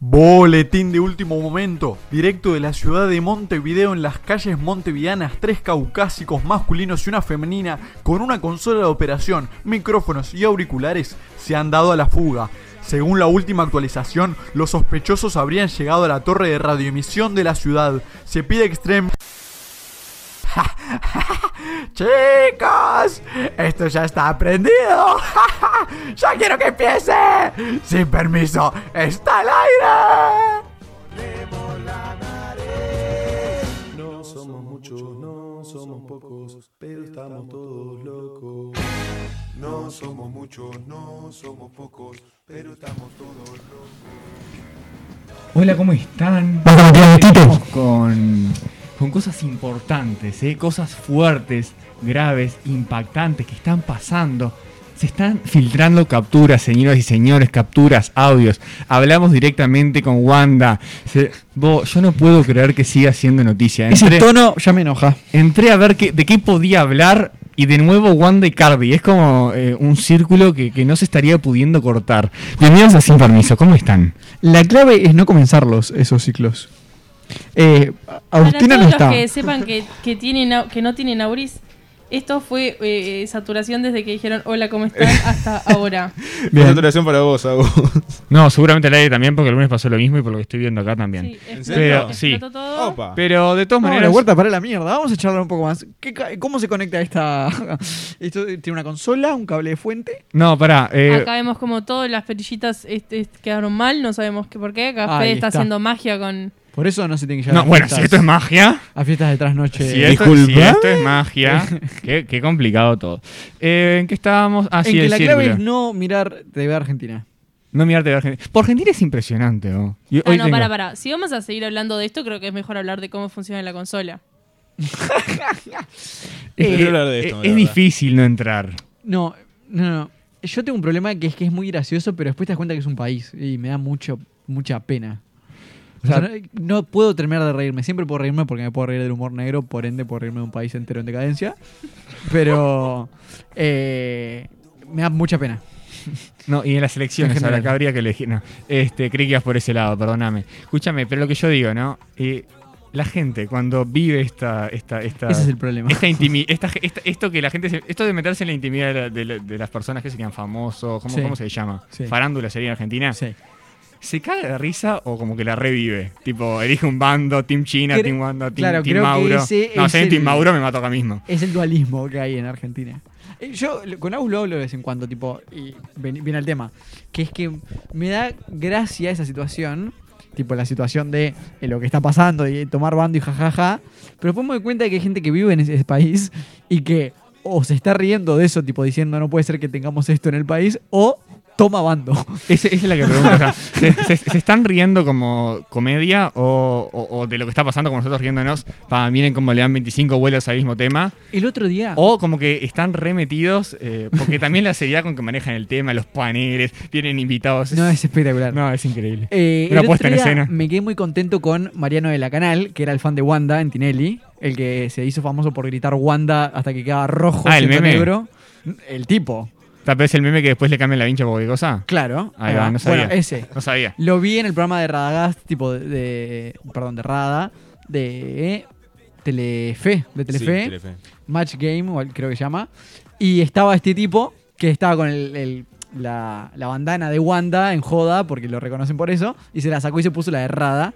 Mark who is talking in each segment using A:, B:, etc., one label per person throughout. A: Boletín de último momento, directo de la ciudad de Montevideo en las calles montevianas, tres caucásicos masculinos y una femenina con una consola de operación, micrófonos y auriculares se han dado a la fuga. Según la última actualización, los sospechosos habrían llegado a la torre de radioemisión de la ciudad. Se pide extremo... Chicos, esto ya está aprendido. ya quiero que empiece. Sin permiso, está al aire.
B: No somos muchos, no somos pocos, pero estamos todos locos. No somos muchos, no somos pocos, pero estamos todos locos.
C: Hola, ¿cómo están? Estamos con, con cosas importantes, ¿eh? cosas fuertes, graves, impactantes que están pasando. Se están filtrando capturas, señoras y señores, capturas, audios. Hablamos directamente con Wanda. Se- Bo, yo no puedo creer que siga siendo noticia. Entré,
D: Ese tono ya me enoja.
C: entré a ver qué- de qué podía hablar y de nuevo Wanda y Cardi. Es como eh, un círculo que, que no se estaría pudiendo cortar. Bienvenidos a Sin Permiso, ¿cómo están?
D: La clave es no comenzarlos, esos ciclos. Eh,
E: Para
D: Agustina
E: todos
D: no está.
E: los que sepan que, que tienen, au- que no tienen auris, esto fue eh, saturación desde que dijeron hola, ¿cómo están? hasta ahora.
D: Bien.
F: Saturación para vos, Agus.
C: No, seguramente el aire también, porque el lunes pasó lo mismo y por lo que estoy viendo acá también.
E: Sí,
F: ¿En
E: explotó,
F: serio?
E: explotó
C: Sí.
E: todo.
F: Opa.
C: Pero de todas
D: No,
C: maneras,
D: la huerta para la mierda. Vamos a charlar un poco más. ¿Qué ca- ¿Cómo se conecta esta? Esto tiene una consola, un cable de fuente.
C: no, pará. eh,
E: Acá vemos como todas las perillitas este, est- quedaron mal, no sabemos qué por qué. Acá
D: Ahí
E: Fede está,
D: está.
E: haciendo magia con.
D: Por eso no se tiene que llevar
C: no,
D: a
C: bueno,
D: fiestas-
C: si esto es magia,
D: a fiestas de trasnoche.
C: si esto,
F: disculpa.
C: si esto es magia, qué, qué complicado todo. Eh, ¿En qué estábamos? Ah,
D: en
C: sí,
D: que
C: el
D: la
C: círculo.
D: clave es no mirar TV Argentina.
C: No mirarte de Argentina. Por Argentina es impresionante, ¿no? Y
E: Ah,
C: hoy
E: no,
C: tengo-
E: para, para. Si vamos a seguir hablando de esto, creo que es mejor hablar de cómo funciona la consola.
C: Eh,
F: Prefiero hablar de esto,
C: eh,
F: la verdad.
C: es difícil no entrar.
D: No, no, no. Yo tengo un problema que es que es muy gracioso, pero después te das cuenta que es un país y me da mucho, mucha pena. O sea, no, no puedo terminar de reírme. Siempre puedo reírme porque me puedo reír del humor negro, por ende puedo reírme de un país entero en decadencia. Pero eh, me da mucha pena.
C: No, y en las elecciones,
D: En
C: ahora
D: general.
C: que habría que elegir. No, este, creí que ibas por ese lado, perdóname. Escúchame, pero lo que yo digo, ¿no? Eh, la gente cuando vive esta, esta, esta,
D: Ese es el problema.
C: Esta intimi- esta, esta- esto que la gente se- esto de meterse en la intimidad de, la- de la- de las personas que se quedan famosos, ¿cómo,
D: Sí.
C: cómo se llama?
D: Sí.
C: Farándula sería en Argentina.
D: Sí.
C: ¿Se caga de risa o como que la revive? Tipo, elige un bando, Team China,
D: Cre-
C: Team Wanda, Team,
D: claro,
C: Team
D: creo que
C: Mauro.
D: ese
C: no,
D: es
C: si hay un Team
D: el-
C: Mauro me mato acá mismo.
D: Es el dualismo que hay en Argentina. Eh, Yo lo- con Agus lo hablo de vez en cuando, tipo, y ven- viene el tema, que es que me da gracia esa situación, tipo la situación de eh, lo que está pasando y tomar bando y jajaja, pero después me doy cuenta de que hay gente que vive en ese ese país y que o se está riendo de eso, tipo diciendo no puede ser que tengamos esto en el país, o toma bando.
C: Ese- Esa es la que pregunto. o sea, ¿se, se, se están riendo como comedia o, o- o de lo que está pasando con nosotros riéndonos? Para miren cómo le dan 25 vuelos al mismo tema.
D: El otro día...
C: O como que están remetidos, eh, porque también la seriedad con que manejan el tema, los paneles, tienen invitados.
D: No, es espectacular.
C: No, es increíble.
D: Eh,
C: Una
D: el otro
C: puesta en
D: día
C: escena.
D: Me quedé muy contento con Mariano de la Canal, que era el fan de Wanda en Tinelli, el que se hizo famoso por gritar Wanda hasta que quedaba rojo
C: Ah, el
D: siendo
C: meme.
D: negro. El tipo,
C: Tal vez el meme que después le cambian la vincha por cualquier cosa.
D: claro.
C: Ahí va, no sabía.
D: Bueno, ese.
C: No sabía.
D: Lo vi en el programa de Radagast, tipo de, de- perdón, de Rada, de Telefe, de
F: Sí,
D: Telefe, Match Game, o el- creo que se llama. Y estaba este tipo que estaba con el- el- la, la bandana de Wanda en joda, porque lo reconocen por eso, y se la sacó y se puso la de Rada.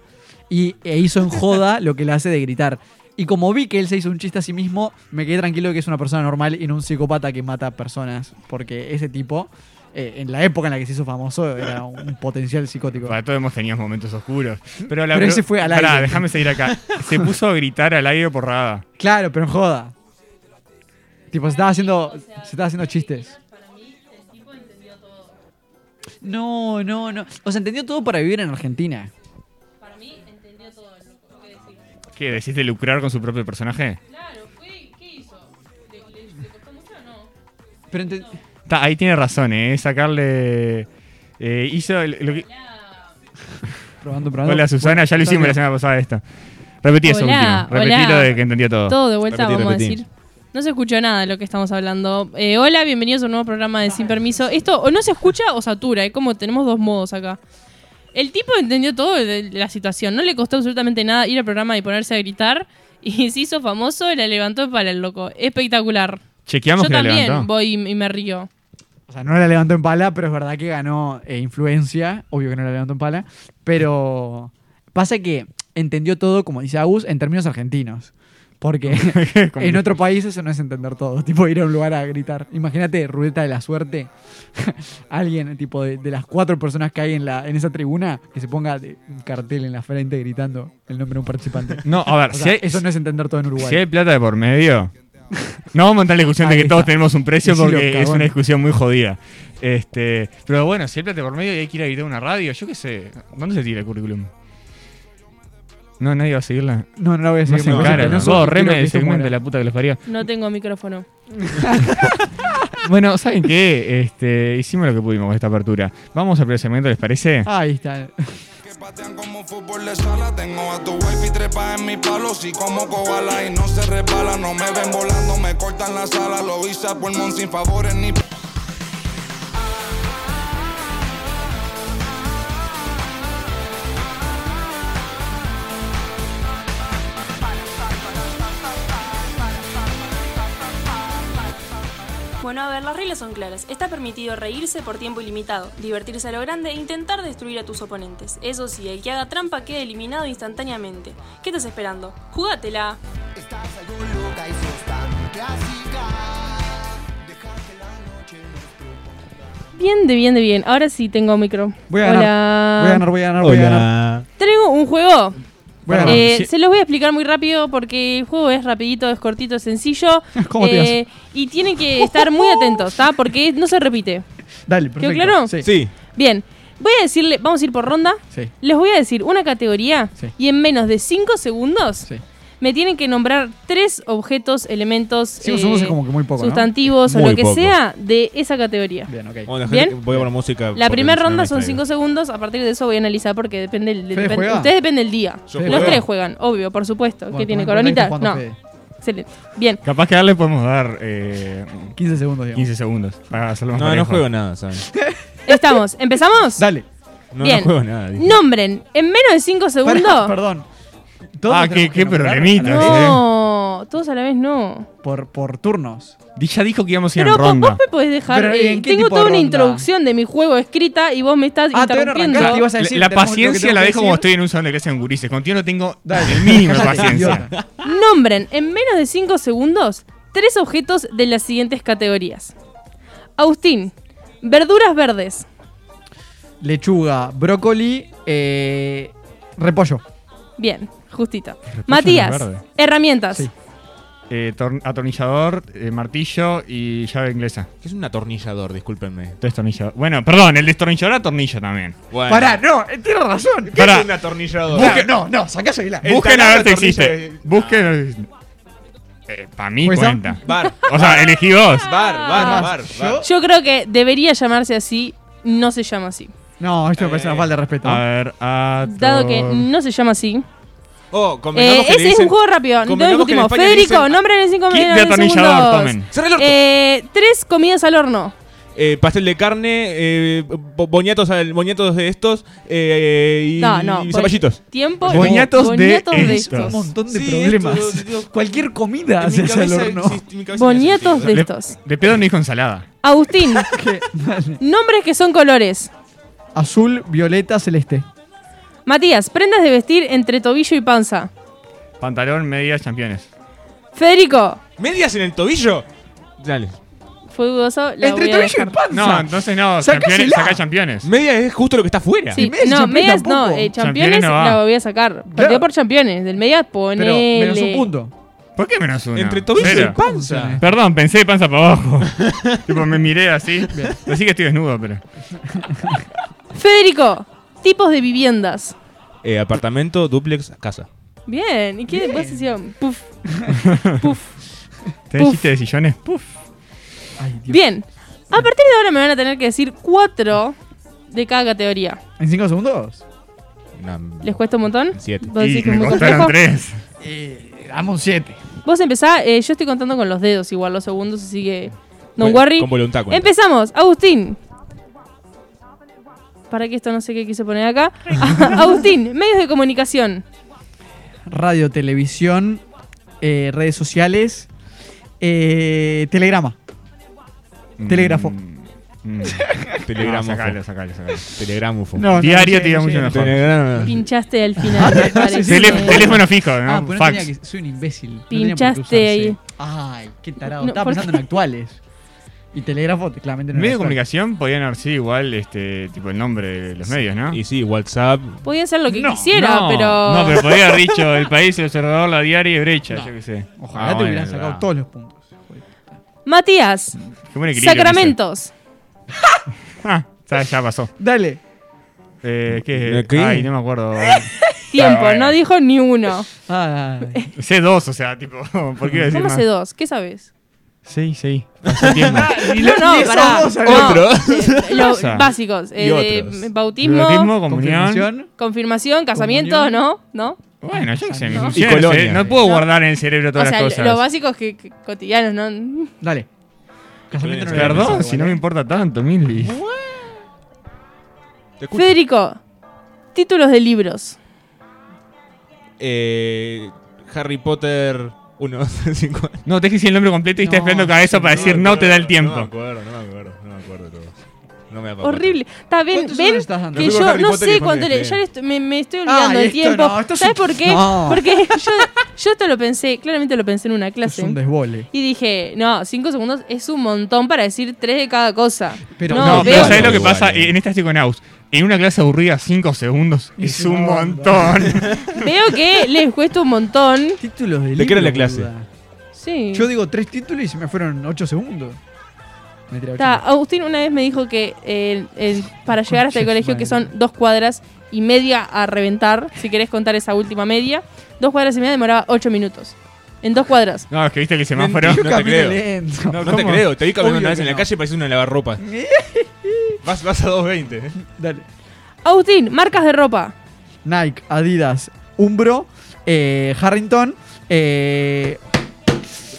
D: Y e hizo en joda lo que le hace de gritar. Y como vi que él se hizo un chiste a sí mismo, me quedé tranquilo de que es una persona normal y no un psicópata que mata personas. Porque ese tipo, eh, en la época en la que se hizo famoso, era un potencial psicótico.
C: Para todos hemos tenido momentos oscuros. Pero, la
D: Pero
C: pro-
D: ese fue al
C: Pará,
D: aire.
C: déjame seguir acá. Se puso a gritar al aire por Rada.
D: Claro, pero en joda. Tipo, se estaba haciendo, se estaba haciendo chistes. No, no, no. O sea, entendió todo para vivir en Argentina.
E: Para mí, entendió todo lo que decía.
C: ¿Qué? ¿Decís de lucrar con su propio personaje?
E: Claro, ¿qué, hizo? ¿Le, costó mucho o no?
D: Pero enten-
C: Ta, ahí tiene razón, ¿eh? Sacarle. eh, hizo. el- lo que-
D: probando, probando.
C: Hola Susana, ya lo hicimos la
D: está
C: semana pasada esto. Repetí eso
E: Hola,
C: último. Repetí
E: hola.
C: lo de que entendió todo.
E: Todo de vuelta,
F: Repetí,
E: vamos
F: repetí.
E: a decir. No se escuchó nada de lo que estamos hablando. Eh, hola, eh, bienvenidos a un nuevo programa de Sin Permiso. Esto o no se escucha o satura, es como tenemos dos modos acá. El tipo entendió todo de la situación. No le costó absolutamente nada ir al programa y ponerse a gritar. Y se hizo famoso y la levantó para el loco. Espectacular.
C: Chequeamos
E: Yo
C: que la
E: también
C: levantó.
E: voy y, y me río.
D: O sea, no la levantó en pala, pero es verdad que ganó eh, influencia. Obvio que no la levantó en pala. Pero pasa que entendió todo, como dice Agus, en términos argentinos. Porque
C: Como-
D: en otro país eso no es entender todo. Tipo, ir a un lugar a gritar. Imagínate, ruleta de la suerte. Alguien, tipo, de, de las cuatro personas que hay en, la, en esa tribuna, que se ponga de- un cartel en la frente gritando el nombre de un participante.
C: No, a ver,
D: O
C: si,
D: sea,
C: hay,
D: eso no es entender todo en Uruguay.
C: si hay plata de por medio, no vamos a entrar en la discusión de
D: Ahí
C: que todos
D: está.
C: tenemos un precio
D: Decilo,
C: porque es
D: cagón.
C: una discusión muy jodida. Este, pero bueno, si hay plata de por medio y hay que ir a gritar a una radio, yo qué sé, ¿dónde se tira el currículum? No, nadie va a seguirla.
D: No, no la voy a
C: No
D: seguir.
C: se
D: me parece
C: encara, no,
D: penoso,
C: Vos,
D: quiero
C: reme
D: que
C: el
D: esto
C: segmento,
D: muera.
C: la puta que los parió.
E: No tengo micrófono.
C: Bueno, ¿saben qué? Este, hicimos lo que pudimos con esta apertura. Vamos al primer segmento, ¿les parece?
D: Ahí está.
G: Que patean como fútbol de sala. Tengo a tu wife y trepa en mis palos. Y como cobala y no se resbala. No me ven volando, me cortan la sala. Lo hice a pulmón sin favores ni.
H: Bueno, a ver, las reglas son claras. Está permitido reírse por tiempo ilimitado, divertirse a lo grande e intentar destruir a tus oponentes. Eso sí, el que haga trampa queda eliminado instantáneamente. ¿Qué estás esperando? ¡Jugátela!
E: Bien, de bien, de bien. Ahora sí tengo micro.
D: Voy a ganar.
E: Hola.
D: Voy a ganar, voy a ganar, voy a ganar.
F: Ah, Hola.
E: Traigo un juego.
D: Voy a
C: Perdón,
D: ganar.
E: Eh,
C: sí.
E: Se los voy a explicar muy rápido porque el juego es rapidito, es cortito, es sencillo.
D: ¿Cómo te
E: Eh, y tienen que estar muy atentos, ¿está? Porque no se repite.
D: Dale, perfecto.
E: claro?
D: Sí.
F: Sí.
E: Bien, voy a decirle, vamos a ir por ronda.
D: Sí.
E: Les voy a decir una categoría
D: Sí.
E: y en menos de 5 segundos
D: Sí.
E: me tienen que nombrar tres objetos, elementos, eh,
D: Cinco segundos es como que muy poco, ¿no?
E: sustantivos o
F: Muy
E: lo que
F: poco.
E: sea de esa categoría.
D: Bien, ok.
F: Bueno, la gente-
E: Bien.
F: voy a poner música.
E: La
F: porque si
E: primera
F: no
E: ronda
F: me
E: son
F: distraigo.
E: 5 segundos, a partir de eso voy a analizar porque depende, el-
D: Fede
E: depende-
D: juega.
E: ustedes depende el día.
F: Yo
E: Los
F: juego.
E: tres juegan, obvio, por supuesto.
D: Bueno,
E: ¿Qué tiene
D: con- con
E: coronita?
D: Nathan
E: No,
D: jugando Fede.
E: excelente. Bien,
C: Capaz que a Ale podemos dar eh,
D: 15 segundos, digamos.
C: 15 segundos para hacerlo más
F: No, no
C: parejo. Ah,
F: juego nada, ¿sabes?
E: estamos. ¿Empezamos?
D: Dale.
F: No,
E: Bien.
F: no juego nada. dije.
E: Nombren en menos de 5
D: Pará,
E: segundos.
D: Perdón.
C: Ah,
D: Todos
C: qué,
D: tenemos
C: qué
D: que nombrar
C: problemita.
E: No, todos a la vez no.
D: Por, por turnos.
C: ¿sí? Ya dijo que íbamos a ir
E: Pero
C: en
E: vos,
C: ronda.
E: vos me podés dejar.
D: Pero,
E: eh,
D: ¿en qué
E: tengo
D: tipo
E: toda
D: de
E: una
D: ronda?
E: introducción de mi juego escrita y vos me estás
D: Ah, todavía no
E: interrumpiendo.
D: arrancaste, ibas a
C: La-
D: decir,
C: la
D: tenemos lo que
C: paciencia
D: tengo
C: la
D: que
C: dejo como
D: decir.
C: estoy en un salón de clase en gurises. Contigo no tengo
D: Dale.
C: el mínimo de
D: Cállate,
C: paciencia.
D: idiota.
E: Nombren en menos de 5 segundos tres objetos de las siguientes categorías. Agustín, verduras verdes.
D: Lechuga, brócoli, eh, repollo.
E: Bien, justito.
C: Respuesta
E: Matías,
C: no es verde.
E: herramientas.
D: Sí.
C: Eh, tor- atornillador, eh, martillo y llave inglesa.
F: ¿Qué es un atornillador? Discúlpenme.
C: Destornillador. Bueno, perdón, el destornillador atornilla también.
F: Bueno.
D: Pará, no, eh, tienes razón.
F: ¿Qué
C: Pará. Eh,
F: es un atornillador?
D: Busca- no, no, sacás el
F: El
C: Busquen a ver si
F: taladro atornilla
C: existe.
F: es-
C: Busquen. a ver si- Eh, pa' mí
D: Pues,
C: cuenta.
F: Bar,
C: O sea, elegí vos.
F: bar,
E: Ah.
F: bar, bar. bar.
E: Yo creo que debería llamarse así, no se llama así.
D: No, esto me parece una falta de respeto.
C: eh, A ver, a.
E: Dado que no se llama así.
F: Oh,
E: Eh,
F: convengamos que le
E: ese es
F: dicen-
E: un juego rápido, no
F: convengamos que en
E: discutimos.
F: España
E: Federico,
F: dicen-
E: nombren en 5
C: Kit de
E: minutos.
C: atornillador, tomen.
F: Cerrá el orto.
E: Eh, tres comidas al horno.
F: Eh, pastel de carne, eh, bo- boñatos, al- boñatos de estos eh, y,
E: No, no.
F: y
E: por
F: zapallitos.
E: Tiempo.
C: Boñatos de
E: de
C: estos.
E: estos.
D: un montón de
F: Sí,
D: problemas.
F: esto, Dios.
D: Cualquier comida
C: Ah,
F: En mi
D: se hace al
F: cabeza
D: horno.
F: existe- en mi cabeza no hace
E: Boñatos
F: sentido.
E: de
C: Le-
E: estos.
C: De pedo no dijo ensalada.
E: Agustín, nombres que son colores.
D: Azul, violeta, celeste.
E: Matías, prendas de vestir entre tobillo y panza.
C: Pantalón, medias, championes.
E: Federico,
F: ¿Medias en el tobillo? Dale.
E: fue dudoso.
D: Entre
E: La voy a
D: tobillo y
E: dejar.
D: panza.
C: No, entonces no. Campeones,
D: Sacásela.
C: saca campeones.
F: Medias es justo lo que está afuera.
E: Sí,
D: Y medias y
E: no,
D: championes
E: medias no,
D: tampoco.
E: eh,
C: Championes
E: championes
C: no va.
E: la voy a sacar. Partido por championes, del medias pone.
D: Pero menos un punto.
C: ¿Por qué menos uno?
F: Entre tobillo
C: Cero.
F: y panza.
C: Perdón, pensé de panza para abajo. tipo, me miré así. Decí que estoy desnudo, pero.
E: Federico, tipos de viviendas.
F: Eh, apartamento, duplex, casa.
E: Bien, ¿y qué después hicieron? Puf. Puf.
C: ¿Tenés
E: Puf.
C: chiste de sillones? Puf.
D: Ay, Dios.
E: Bien, a partir de ahora me van a tener que decir cuatro de cada categoría.
D: ¿En 5 segundos?
F: No,
E: ¿Les cuesta un montón?
F: Siete.
E: ¿Vos
C: Y
E: decís que es
C: me
E: muy
C: costaron
E: complejo?
C: tres.
D: Eh, dame un 7.
E: Vos empezá, eh, yo estoy contando con los dedos igual los segundos, así que. No
F: Bueno,
E: worry.
F: Con voluntad. cuenta.
E: Empezamos, Agustín. Para que esto no sé qué quise poner acá. Agustín, medios de comunicación.
D: Radio, televisión, eh, redes sociales, eh, telegrama. Telégrafo.
F: Telegramo.
C: Mm, sacalo, sacalo, sacalo.
F: Telegramufo.
D: No, no,
C: Diario
D: no
C: te iba mucho
D: no
C: mejor.
F: Telegramo.
E: Pinchaste al
C: Ah,
E: final. me parece.
C: Telé- teléfono fijo, ¿no?
D: Ah, pues no
C: Fax.
D: tenía que- soy un imbécil. no tenía por qué
E: Pinchaste
D: usarse.
E: ahí.
D: Ay, qué tarado.
E: No,
D: Estaba
E: ¿por
D: pensando
E: qué?
D: en actuales. Y telégrafo, claramente no
C: Medio de
D: era actual.
C: comunicación podían haber sido igual este tipo el nombre de los medios, ¿no?
F: Y sí, WhatsApp.
E: Podían ser lo que
C: No,
E: quisiera,
C: no.
E: pero.
C: No, pero podría haber dicho el país, el observador, la diaria y brecha, yo qué sé.
D: Ojalá
C: Ah,
D: te
C: bueno,
D: hubieran sacado
C: la-
D: todos los puntos.
E: Matías,
C: Qué buen equilibrio que
E: Sacramentos.
C: hice. Ah, ya, ya pasó.
D: Dale.
C: Eh, ¿qué?
F: ¿Qué?
C: Ay, no me acuerdo.
E: Tiempo,
C: Ah, bueno.
E: no dijo ni uno.
D: Ay,
C: Sé dos, o sea, tipo, ¿por qué iba a decir
E: ¿Cómo
C: más?
E: se dos? ¿Qué sabes?
C: Sí, sí. Pasó tiempo.
E: No, no, pará. No,
F: Otro.
E: eh, lo-
C: Pasa.
E: básicos. eh,
F: Y
E: de
F: otros.
E: bautismo,
C: Bautismo, comunión.
D: confirmación.
E: confirmación, casamiento,
D: Comunión.
E: ¿no? ¿No?
C: Bueno, yo qué sé, mis
D: Y
C: funciones,
F: colonia.
C: eh, No puedo guardar en el cerebro
E: O
C: todas
E: sea,
C: las cosas.
E: los básicos que, que- cotidianos, ¿no?
D: Dale. Casamiento no lo había
C: Perdón,
D: pensado,
C: si no me
D: ¿vale?
C: importa tanto, Mili.
F: Te escucho.
E: Federico, títulos de libros.
F: Eh, Harry Potter 1, 2, 5.
C: No, te dije el nombre completo y estás
D: No,
C: esperando cabeza para decir no te da el
F: No me
C: tiempo.
F: acuerdo, no me acuerdo, no me acuerdo todo. No me da para
E: Horrible. Está, ven,
D: ¿Cuántos
E: ven
D: años estás dando?
E: que
F: Yo
E: yo
F: tengo Harry
E: no
F: Potter
E: sé
F: y
E: cuánto
F: Juan
E: le,
F: de
E: ya le estoy- me, me estoy
D: Ay,
E: olvidando el
D: Ah, esto
E: tiempo.
D: no, esto es
E: ¿Sabes
D: un-
E: por qué?
D: no.
E: Porque yo, yo esto lo pensé, claramente lo pensé en una
D: Es
E: clase.
D: un desbole.
E: Y dije, no, cinco segundos es un montón para decir tres de cada cosa.
D: Pero-
E: no,
C: No, pero
E: veo-
C: ¿sabes lo que
F: Igual,
C: pasa?
F: igual.
C: En esta estoy con Aus. En una clase aburrida, 5 segundos es un montón.
E: Veo que les cuesta un montón.
D: Títulos de
F: ¿De qué era la
D: libro,
F: clase?
D: boluda.
E: Sí.
D: Yo digo tres títulos y se me fueron ocho segundos. Me tiré
E: Ta,
D: ocho.
E: Agustín una vez me dijo que eh, el- para llegar hasta el
D: Concha de
E: colegio,
D: su
E: que
D: madre.
E: son dos cuadras y media a reventar, si querés contar esa última media, dos cuadras y media demoraba ocho minutos. En dos cuadras.
C: No, es que viste que el semáforo.
F: Mentira. no te
D: Camino
F: creo.
D: lento.
F: No te creo, te vi caminando
D: Obvio
F: una vez
D: que
F: en la
D: no.
F: calle y parecía una lavarropa. vas, vas a 2.20.
D: Dale.
E: Agustín, marcas de ropa.
D: Nike, Adidas, Umbro, eh, Harrington, eh,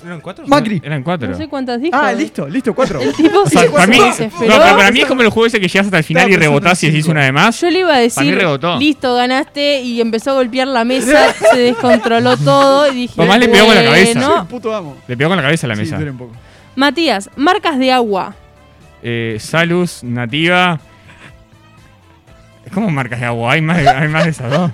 F: ¿Eran cuatro?
D: Macri.
C: Eran 4.
E: No sé cuántas dijo. eh.
D: Ah, listo, listo, cuatro.
E: El tipo
C: O sea,
E: se,
C: para
E: se
C: mí, no,
E: desesperó.
C: pero para mí es como el juego ese que llegas hasta el final y
D: Estaba
C: rebotás y
D: pensando en
C: decís
D: cinco.
C: una de más.
E: Yo le iba a
C: Para mí
E: decir,
C: rebotó.
E: listo, ganaste, y empezó a golpear la mesa, se descontroló todo, y dije,
C: Mamá le pegó con la cabeza.
E: "Bueno".
D: Soy el puto amo.
C: Le pegó con la cabeza a la
D: Sí,
C: mesa.
D: dure un poco.
E: Matías, marcas de agua.
C: Eh, Salus, Nativa. ¿Cómo marcas de agua? Hay más de, hay más de esas dos.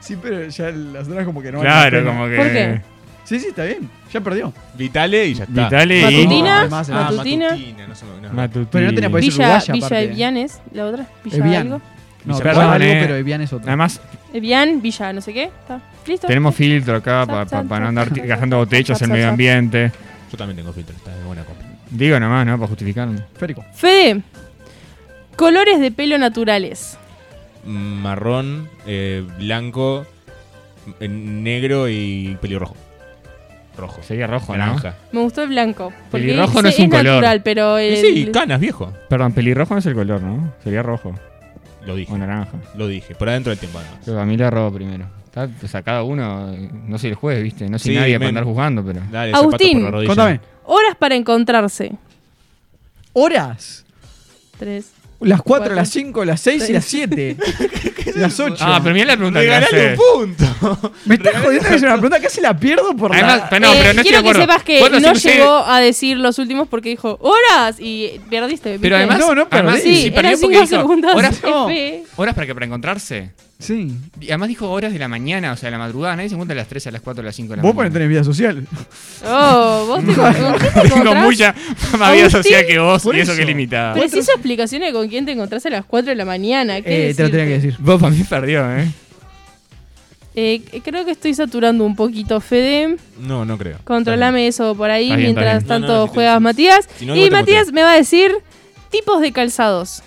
D: Sí, pero ya las otras como que no valen la
C: claro,
D: pena.
C: como que.
E: ¿Por qué?
D: Sí, sí, está bien. Ya perdió.
F: Vitale y ya está.
C: Vitale y.
E: Matutina.
D: No, además,
F: Ah,
D: además.
E: Matutina.
F: Matutina, no sé, no.
C: Matutina.
D: Pero no tenía por ahí- Es
E: Villa,
D: uruguaya,
E: Villa
D: aparte.
E: Evian es la otra. Villa
D: Evian.
E: algo.
D: No,
C: Perdón,
D: Perdón, algo,
C: eh.
D: pero Evian es otro.
C: Además,
E: Evian, Villa, no sé qué. Está. ¿Listo?
C: tenemos filtro acá
E: Zap,
C: para
E: zap,
C: no
E: zap,
C: andar
E: zap,
C: ti-
E: zap,
C: gastando
E: zap,
C: botechas
E: zap,
C: en
E: zap,
C: medio
E: zap.
C: ambiena.
F: Yo también tengo filtro, está de buena compra.
C: Digo nomás, ¿no? Para justificarme.
D: Férico.
E: Fede, colores de pelo naturales.
F: Mm, Marrón, eh, blanco, eh, negro y pelirrojo. Rojo.
C: Sería rojo, ¿no?
F: Naranja.
E: Me gustó el blanco. Porque
C: Pelirrojo
E: ese
C: no es un color.
E: natural, pero
F: Y
E: el-
F: sí, canas, viejo.
C: Perdón, pelirrojo no es el color, ¿no? Sería rojo
F: Lo
C: o
F: dije,
C: naranja.
F: lo dije. Por adentro del tiempo, además.
C: Creo que a mí la robo primero. Está, o sea, cada uno, eh, no soy el juez, ¿viste? No soy
F: Sí,
C: nadie
F: men.
C: para andar juzgando, pero.
F: Dale,
E: Agustín,
F: zapato por la rodilla.
D: Contame.
E: horas para encontrarse.
D: ¿Horas?
E: Tres.
D: Las cuatro,
E: Cuatro.
D: las cinco, las seis y las siete. las ocho.
C: Ah, pero mira la pregunta que
F: Regalale
C: hace.
F: un punto.
D: Me estás jodiendo que es una pregunta casi la pierdo por
C: Además,
D: la...
C: pero no,
E: Eh,
C: pero no estoy de
E: quiero que
C: acuerdo.
E: sepas que
C: Cuatro,
E: no
C: cinco, seis-
E: llegó a decir los últimos porque dijo horas y perdiste. ¿viste?
C: Pero además,
D: No, no, pero
C: además
E: sí,
C: perdió
E: eran
C: porque dijo,
E: cinco segundos,
C: Horas,
E: no. F.
C: horas para que para encontrarse.
D: Sí.
C: Y además dijo horas de la mañana, o sea, de la madrugada. Nadie se encuentra a las 3, a las 4, a las 5 de la
D: Vos
C: mañana.
D: ponés tenés vida social.
E: Oh, vos te, ¿con qué te
C: Tengo
E: encontrás?
C: mucha más vida
E: Agustín,
C: social que vos
D: por
C: y eso,
D: eso.
C: que es limitado.
E: Preciso explicaciones con quién te encontrás a las 4 de la mañana. ¿Qué
D: Eh, te lo tenía que
E: decirte?
D: decir.
C: Vos para mí perdió, ¿eh?
E: Eh, creo que estoy saturando un poquito, Fede.
F: No, no creo.
E: Controlame eso por ahí
C: Está bien, está
E: mientras
C: bien.
F: No,
E: tanto
F: no, no, si te-
E: juegas Matías.
F: si no,
E: y
F: no te
E: Matías
F: muteo.
E: me va a decir tipos de calzados.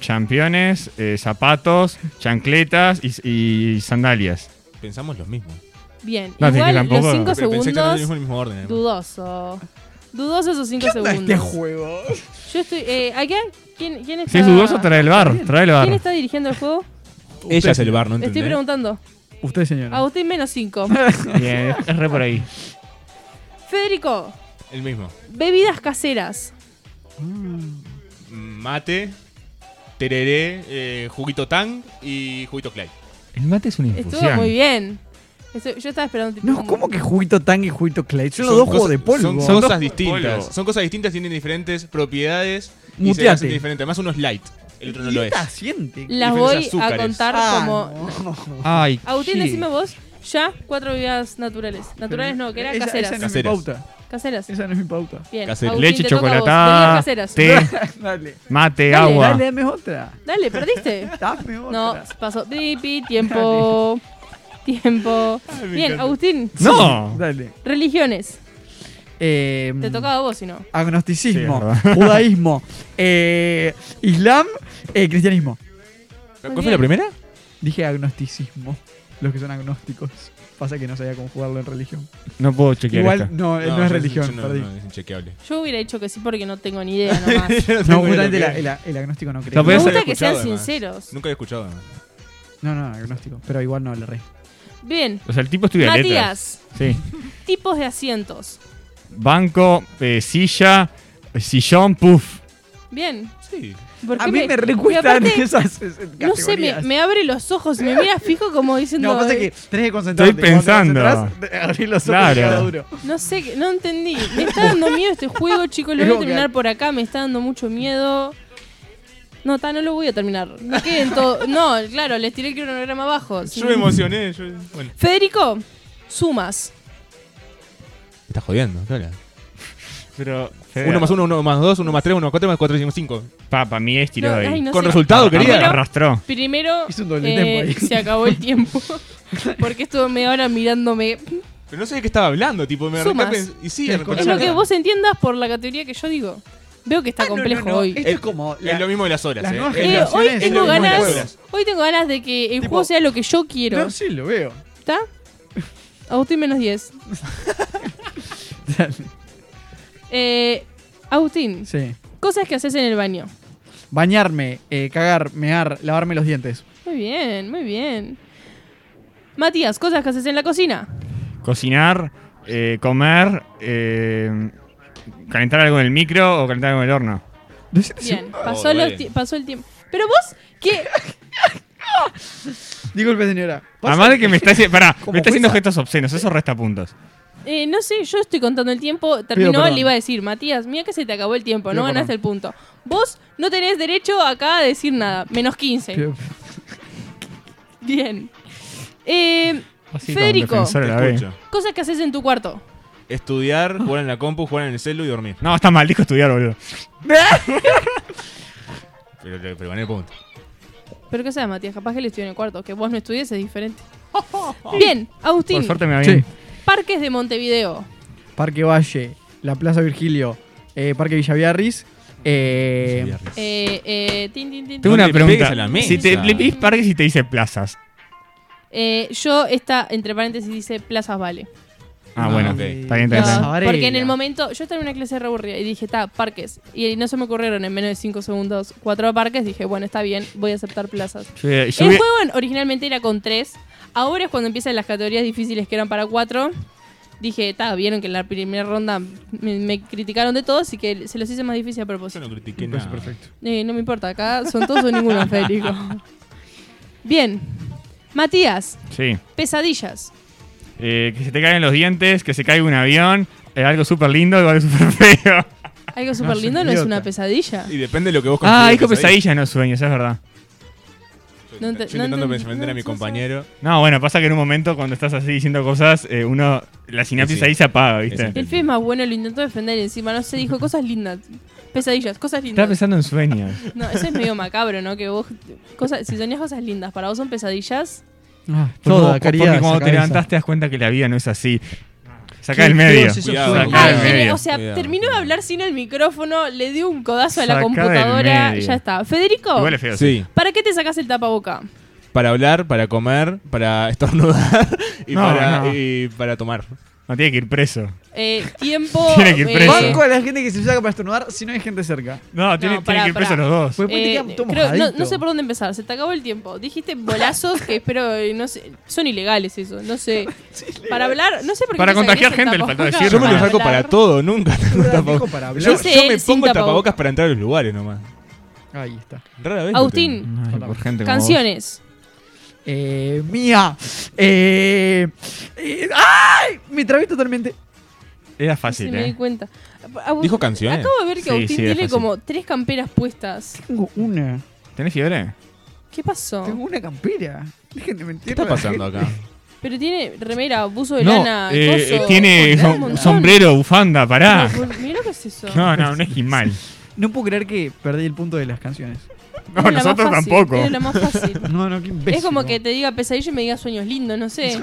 C: Championes, eh, zapatos, chancletas y, y sandalias.
F: Pensamos los mismos.
E: Bien,
C: No, sí, que
E: igual
C: tampoco-
E: los 5
F: Pero pensé que no
E: segundos,
F: teníamos el mismo orden. además.
E: dudoso. Dudoso esos 5
D: ¿Qué onda este
E: segundos.
D: juego?
E: Yo estoy. Eh, ¿acá? ¿Quién, quién está,
C: Si es dudoso, trae el bar. Trae el
E: ¿Quién
C: bar.
E: Ah, está dirigiendo el juego?
F: Ella es el bar, ¿no
E: Le Estoy
F: entendés?
E: preguntando.
D: Usted, señora.
E: Agustín menos 5.
C: Bien, es re por ahí.
E: Federico,
F: El mismo.
E: bebidas caseras.
F: Mate, Tereré, eh, Juguito Tang y Juguito Clay.
C: El mate es una
E: Estuvo
C: infusión.
E: muy bien. Eso- yo estaba esperando tipo,
D: No,
E: un-
D: ¿cómo que juguito tang y juguito clay? Son los
F: Son
D: dos juegos
F: cosas-
D: de polvo.
F: Son, son cosas
C: Son dos juegos de
F: distintas.
C: polvo.
F: Son cosas distintas, tienen diferentes propiedades y se
D: Muteate.
F: hacen diferentes. Además, uno es light, el otro no lo es.
D: siente?
E: Las
F: diferentes
E: voy a
F: azúcares.
E: contar
D: Ah,
E: como.
C: Ay,
E: Agustín,
C: sí.
E: decime vos, ya cuatro bebidas naturales. Naturales no, que eran
D: Esa
E: caseras.
D: no es mi
F: Caseras.
D: pauta.
E: Caseras.
D: Esa no es mi pauta.
E: Bien.
F: Caseras.
E: Agustín,
C: Leche,
E: te toca a vos. Bebidas
C: chocolatada,
D: ah,
E: caseras.
C: té,
D: dale.
C: mate,
E: Dale,
C: agua.
D: Dale, dame otra.
E: Dale, perdiste.
D: Dame otra.
E: No, pasó. Pipi, tiempo. Tiempo. Bien, Agustín,
C: No.
D: Dale.
E: religiones.
D: Eh,
F: Mm.
E: Te tocaba a vos, si no.
D: Agnosticismo,
C: Sí, es verdad.
D: judaísmo, eh, islam, eh, cristianismo.
F: ¿Cuál fue la primera?
D: Dije agnosticismo. Los que son agnósticos. Pasa que no sabía cómo jugarlo en religión.
C: No puedo chequear
D: Igual
C: esta.
D: no, eh, no, es religión,
F: No,
D: perdí.
F: no, es inchequeable.
E: Yo hubiera dicho que sí porque no tengo ni idea nomás. Me
D: No, justamente la- el, el agnóstico no cree.
C: No,
D: No,
C: pero
E: gusta
C: Nunca
F: había
E: que sean
F: escuchado, además.
E: sinceros.
F: Nunca había escuchado. además.
D: no, agnóstico. Pero igual no le re.
E: Bien.
C: O sea, el tipo estudia letras.
E: Matías,
C: Sí.
E: tipos de asientos.
C: Banco, eh, silla, eh, sillón, puff.
E: Bien.
F: Sí.
E: ¿Por
D: A
E: qué
D: mí me
E: porque
D: recuestan
E: aparte,
D: esas, esas
E: No sé, me,
D: categorías.
E: me abre los ojos y me mira fijo como diciendo.
D: No, pasa que
E: eh,
D: tenés que concentrarte.
C: Estoy pensando.
D: Cuando te concentrás, abrir los ojos
C: Claro.
D: y cada uno.
E: No sé, qué- no entendí. Me está dando miedo este juego, chicos. Lo
D: Es
E: voy a
D: como que-
E: terminar por acá. Me está dando mucho miedo. No, ta, no lo voy a terminar. No queden todo. No, claro, les tiré el cronograma abajo.
F: Yo me emocioné. Yo... Bueno.
E: Federico, sumas.
F: Me estás jodiendo, ¿qué habla?
C: Pero.
F: Uno más uno, uno más dos, uno más tres, uno más cuatro, más cuatro, cinco, cinco.
C: Papa, mi es tiró
E: No,
C: ahí.
E: ay, no
F: Con
E: sé.
C: Ah,
F: resultado,
E: querida.
F: querida.
C: Arrastró.
E: Primero eh,
D: Hizo un doble tempo ahí.
E: se acabó el tiempo. Porque estuve media hora mirándome.
F: Pero no sé de qué estaba hablando, tipo, me
E: Sumas.
F: arrancaste- Y sí,
D: Es
F: arrancaste-
E: Es lo que vos entiendas por la categoría que yo digo. Veo que está complejo
D: Ah, No, no, no,
E: hoy.
D: Esto es como. la-
F: Es lo mismo de las horas.
D: las
F: eh.
D: nuevas
F: Es
E: Eh,
F: la-
E: hoy
D: generaciones,
E: tengo
F: lo mismo de las
E: ganas.
F: horas.
E: Hoy tengo ganas de que el
D: Tipo-
E: juego sea lo que yo quiero.
D: No, sí, lo veo.
E: ¿Está? Agustín menos 10. Eh, Agustín,
D: Sí.
E: cosas que haces en el baño.
D: Bañarme, eh, cagar, mear, lavarme los dientes.
E: Muy bien, muy bien. Matías, cosas que haces en la cocina.
C: Cocinar, eh, comer, eh, calentar algo en el micro o calentar algo en el horno.
E: Bien,
D: Ah,
F: Oh,
E: pasó, los
F: bien.
E: ti- pasó el tiempo. Pero vos, ¿qué?
D: Disculpe, señora. Pasa-
C: Además de que me está, haci- pará,
D: Como
C: me está haciendo
D: jueza.
C: gestos obscenos, eso resta puntos.
E: Eh, no sé, yo estoy contando el tiempo. Terminó,
D: perdón.
E: le iba a decir, Matías, mira que se te acabó el tiempo,
D: Pido
E: no ganaste el punto. Vos no tenés derecho acá a decir nada, menos 15.
D: Pido-
E: Bien. Eh,
C: Así, con
E: Federico,
C: defensor a la
F: Te
C: vez.
F: escucho.
E: cosas que haces en tu cuarto.
F: Estudiar, jugar en la compu, jugar en el celu y dormir.
C: No, está mal, dijo estudiar, boludo.
F: Pero, pero gané el punto.
E: Pero qué sabes, Matías, capaz que él estudió en el cuarto. Que vos no estudies es diferente. Bien, Agustín,
C: Por suerte me va
D: Sí.
C: bien.
E: parques de Montevideo.
D: Parque Valle, la Plaza Virgilio, eh, Parque Villaviarris. eh,
E: Eh, eh, tin, tin, tin,
C: Tengo
F: No
E: tin.
C: una
F: le pegues
C: pregunta.
F: a la mesa.
C: Si te le pedís parques y te dice plazas.
E: Eh, yo, esta, entre paréntesis, dice Plazas Vale.
C: Ah,
F: Ah,
C: bueno,
F: ok.
C: está bien, está bien, está
E: No,
C: bien.
D: Plazas Varela.
E: porque en el momento, yo estaba en una clase reburrida y dije, está, parques. Y no se me ocurrieron en menos de 5 segundos cuatro parques. Dije, bueno, está bien, voy a aceptar plazas.
C: Yo, yo
E: el
C: vi-
E: juego en- originalmente era con 3. Ahora es cuando empiezan las categorías difíciles que eran para 4. Dije, está, vieron que en la primera ronda me, me criticaron de todo, así que se los hice más difícil a
F: Yo
E: propósito.
F: no critiqué nada. Perfecto.
E: Eh, no me importa, acá son todos o ninguno, Federico. Bien. Matías,
C: Sí.
E: pesadillas.
C: Eh, que se te caigan los dientes, que se caiga un avión, eh, algo súper lindo, algo súper feo.
E: Algo súper lindo,
D: soy
E: ¿no es
D: idiota.
E: una pesadilla?
F: Y depende de lo que vos
C: Ah,
F: consideres
C: hijo pesadilla, no sueños, es verdad.
F: Yo
E: No ent-
F: intentando
E: no entendí.
F: defender a mi
E: No, no, no.
F: compañero.
C: No, bueno, pasa que en un momento cuando estás así diciendo cosas, eh, uno, la sinapsis
F: Sí, sí.
C: ahí se apaga, ¿viste?
F: Exacto.
E: El feo es más bueno, lo intentó defender y encima no se dijo cosas lindas. Pesadillas, cosas
C: Estaba
E: lindas.
C: pensando en sueños.
E: No, eso es medio macabro, ¿no? Que vos, cosas, si soñás cosas lindas, para vos son pesadillas.
D: Ah,
C: Porque-
D: toda
C: porque
D: caridad.
C: cuando
D: esa
C: te
D: cabeza.
C: levantas te das cuenta que la vida no es así. Saca
D: Qué
C: del medio.
D: feos esos
F: Cuidado,
D: sueños.
F: cuidado.
E: Ay,
C: Claro,
E: tiene-
C: medio.
E: o sea,
F: Cuidado.
E: terminó de hablar sin el micrófono, le dio un codazo a la
C: Saca del
E: computadora,
C: medio.
E: ya está. Federico,
C: Igual es feo.
F: Sí,
E: ¿para qué te sacás el tapaboca?
F: para hablar, para comer, para estornudar y,
C: No,
F: para,
C: no.
F: y para tomar.
C: No tiene que ir preso.
E: Eh, tiempo.
C: Tiene que ir
E: eh,
C: preso.
D: Banco a la gente que se saca para estornudar si no hay gente cerca.
C: No, tiene, tiene
E: No, pará,
C: que ir preso
E: pará.
C: los dos.
D: Pues después te
E: eh,
D: quedan todo
E: creo- no,
D: mojadito.
E: no sé por dónde empezar, se te acabó el tiempo. Dijiste bolazos que espero, eh, no sé, son ilegales eso, no sé. Para hablar, no sé por qué
C: Para
E: te sacarías
C: contagiar
E: el
C: gente, le faltó
E: tapabocas
C: decir.
F: Yo me lo saco
E: hablar.
F: para todo, nunca. tengo
D: Dijo
F: tapabocas.
D: para
F: Yo,
D: hablar.
E: Dice
F: yo me
E: él sin
F: pongo
E: tapabocas.
F: tapabocas para entrar a los lugares nomás.
D: Ahí está.
F: Rara vez.
E: Agustín,
C: Ay, por gente como
E: canciones.
D: Eh, mía. Eh, eh, ¡Ay! Me trabé totalmente.
C: vos. Era
E: Sí,
C: fácil,
E: me di
C: ¿eh?
E: cuenta. Agus-
F: ¿Dijo canciones?
E: Acabo de ver que
C: Sí,
E: Agustín
C: sí, es
E: tiene
C: fácil.
E: como tres camperas puestas.
D: Tengo una.
C: ¿Tenés fiebre?
E: ¿Qué pasó?
D: Tengo una campera. Déjenme mentir.
F: ¿Qué está pasando acá?
E: Pero tiene remera, buzo de lana.
C: eh,
E: coso,
C: tiene
E: boludo, un
C: som-
E: montón.
C: sombrero, bufanda, pará.
E: No, bol- Mirá lo que es eso.
C: No, no, no es Gimal.
D: No puedo creer que perdí el punto de las canciones.
C: No,
E: Era la más
C: nosotros
E: fácil,
C: tampoco.
E: era la más fácil.
D: No, no, qué imbécil.
E: Es como
D: ¿no?
E: que te diga pesadilla y me diga sueños lindos, no sé.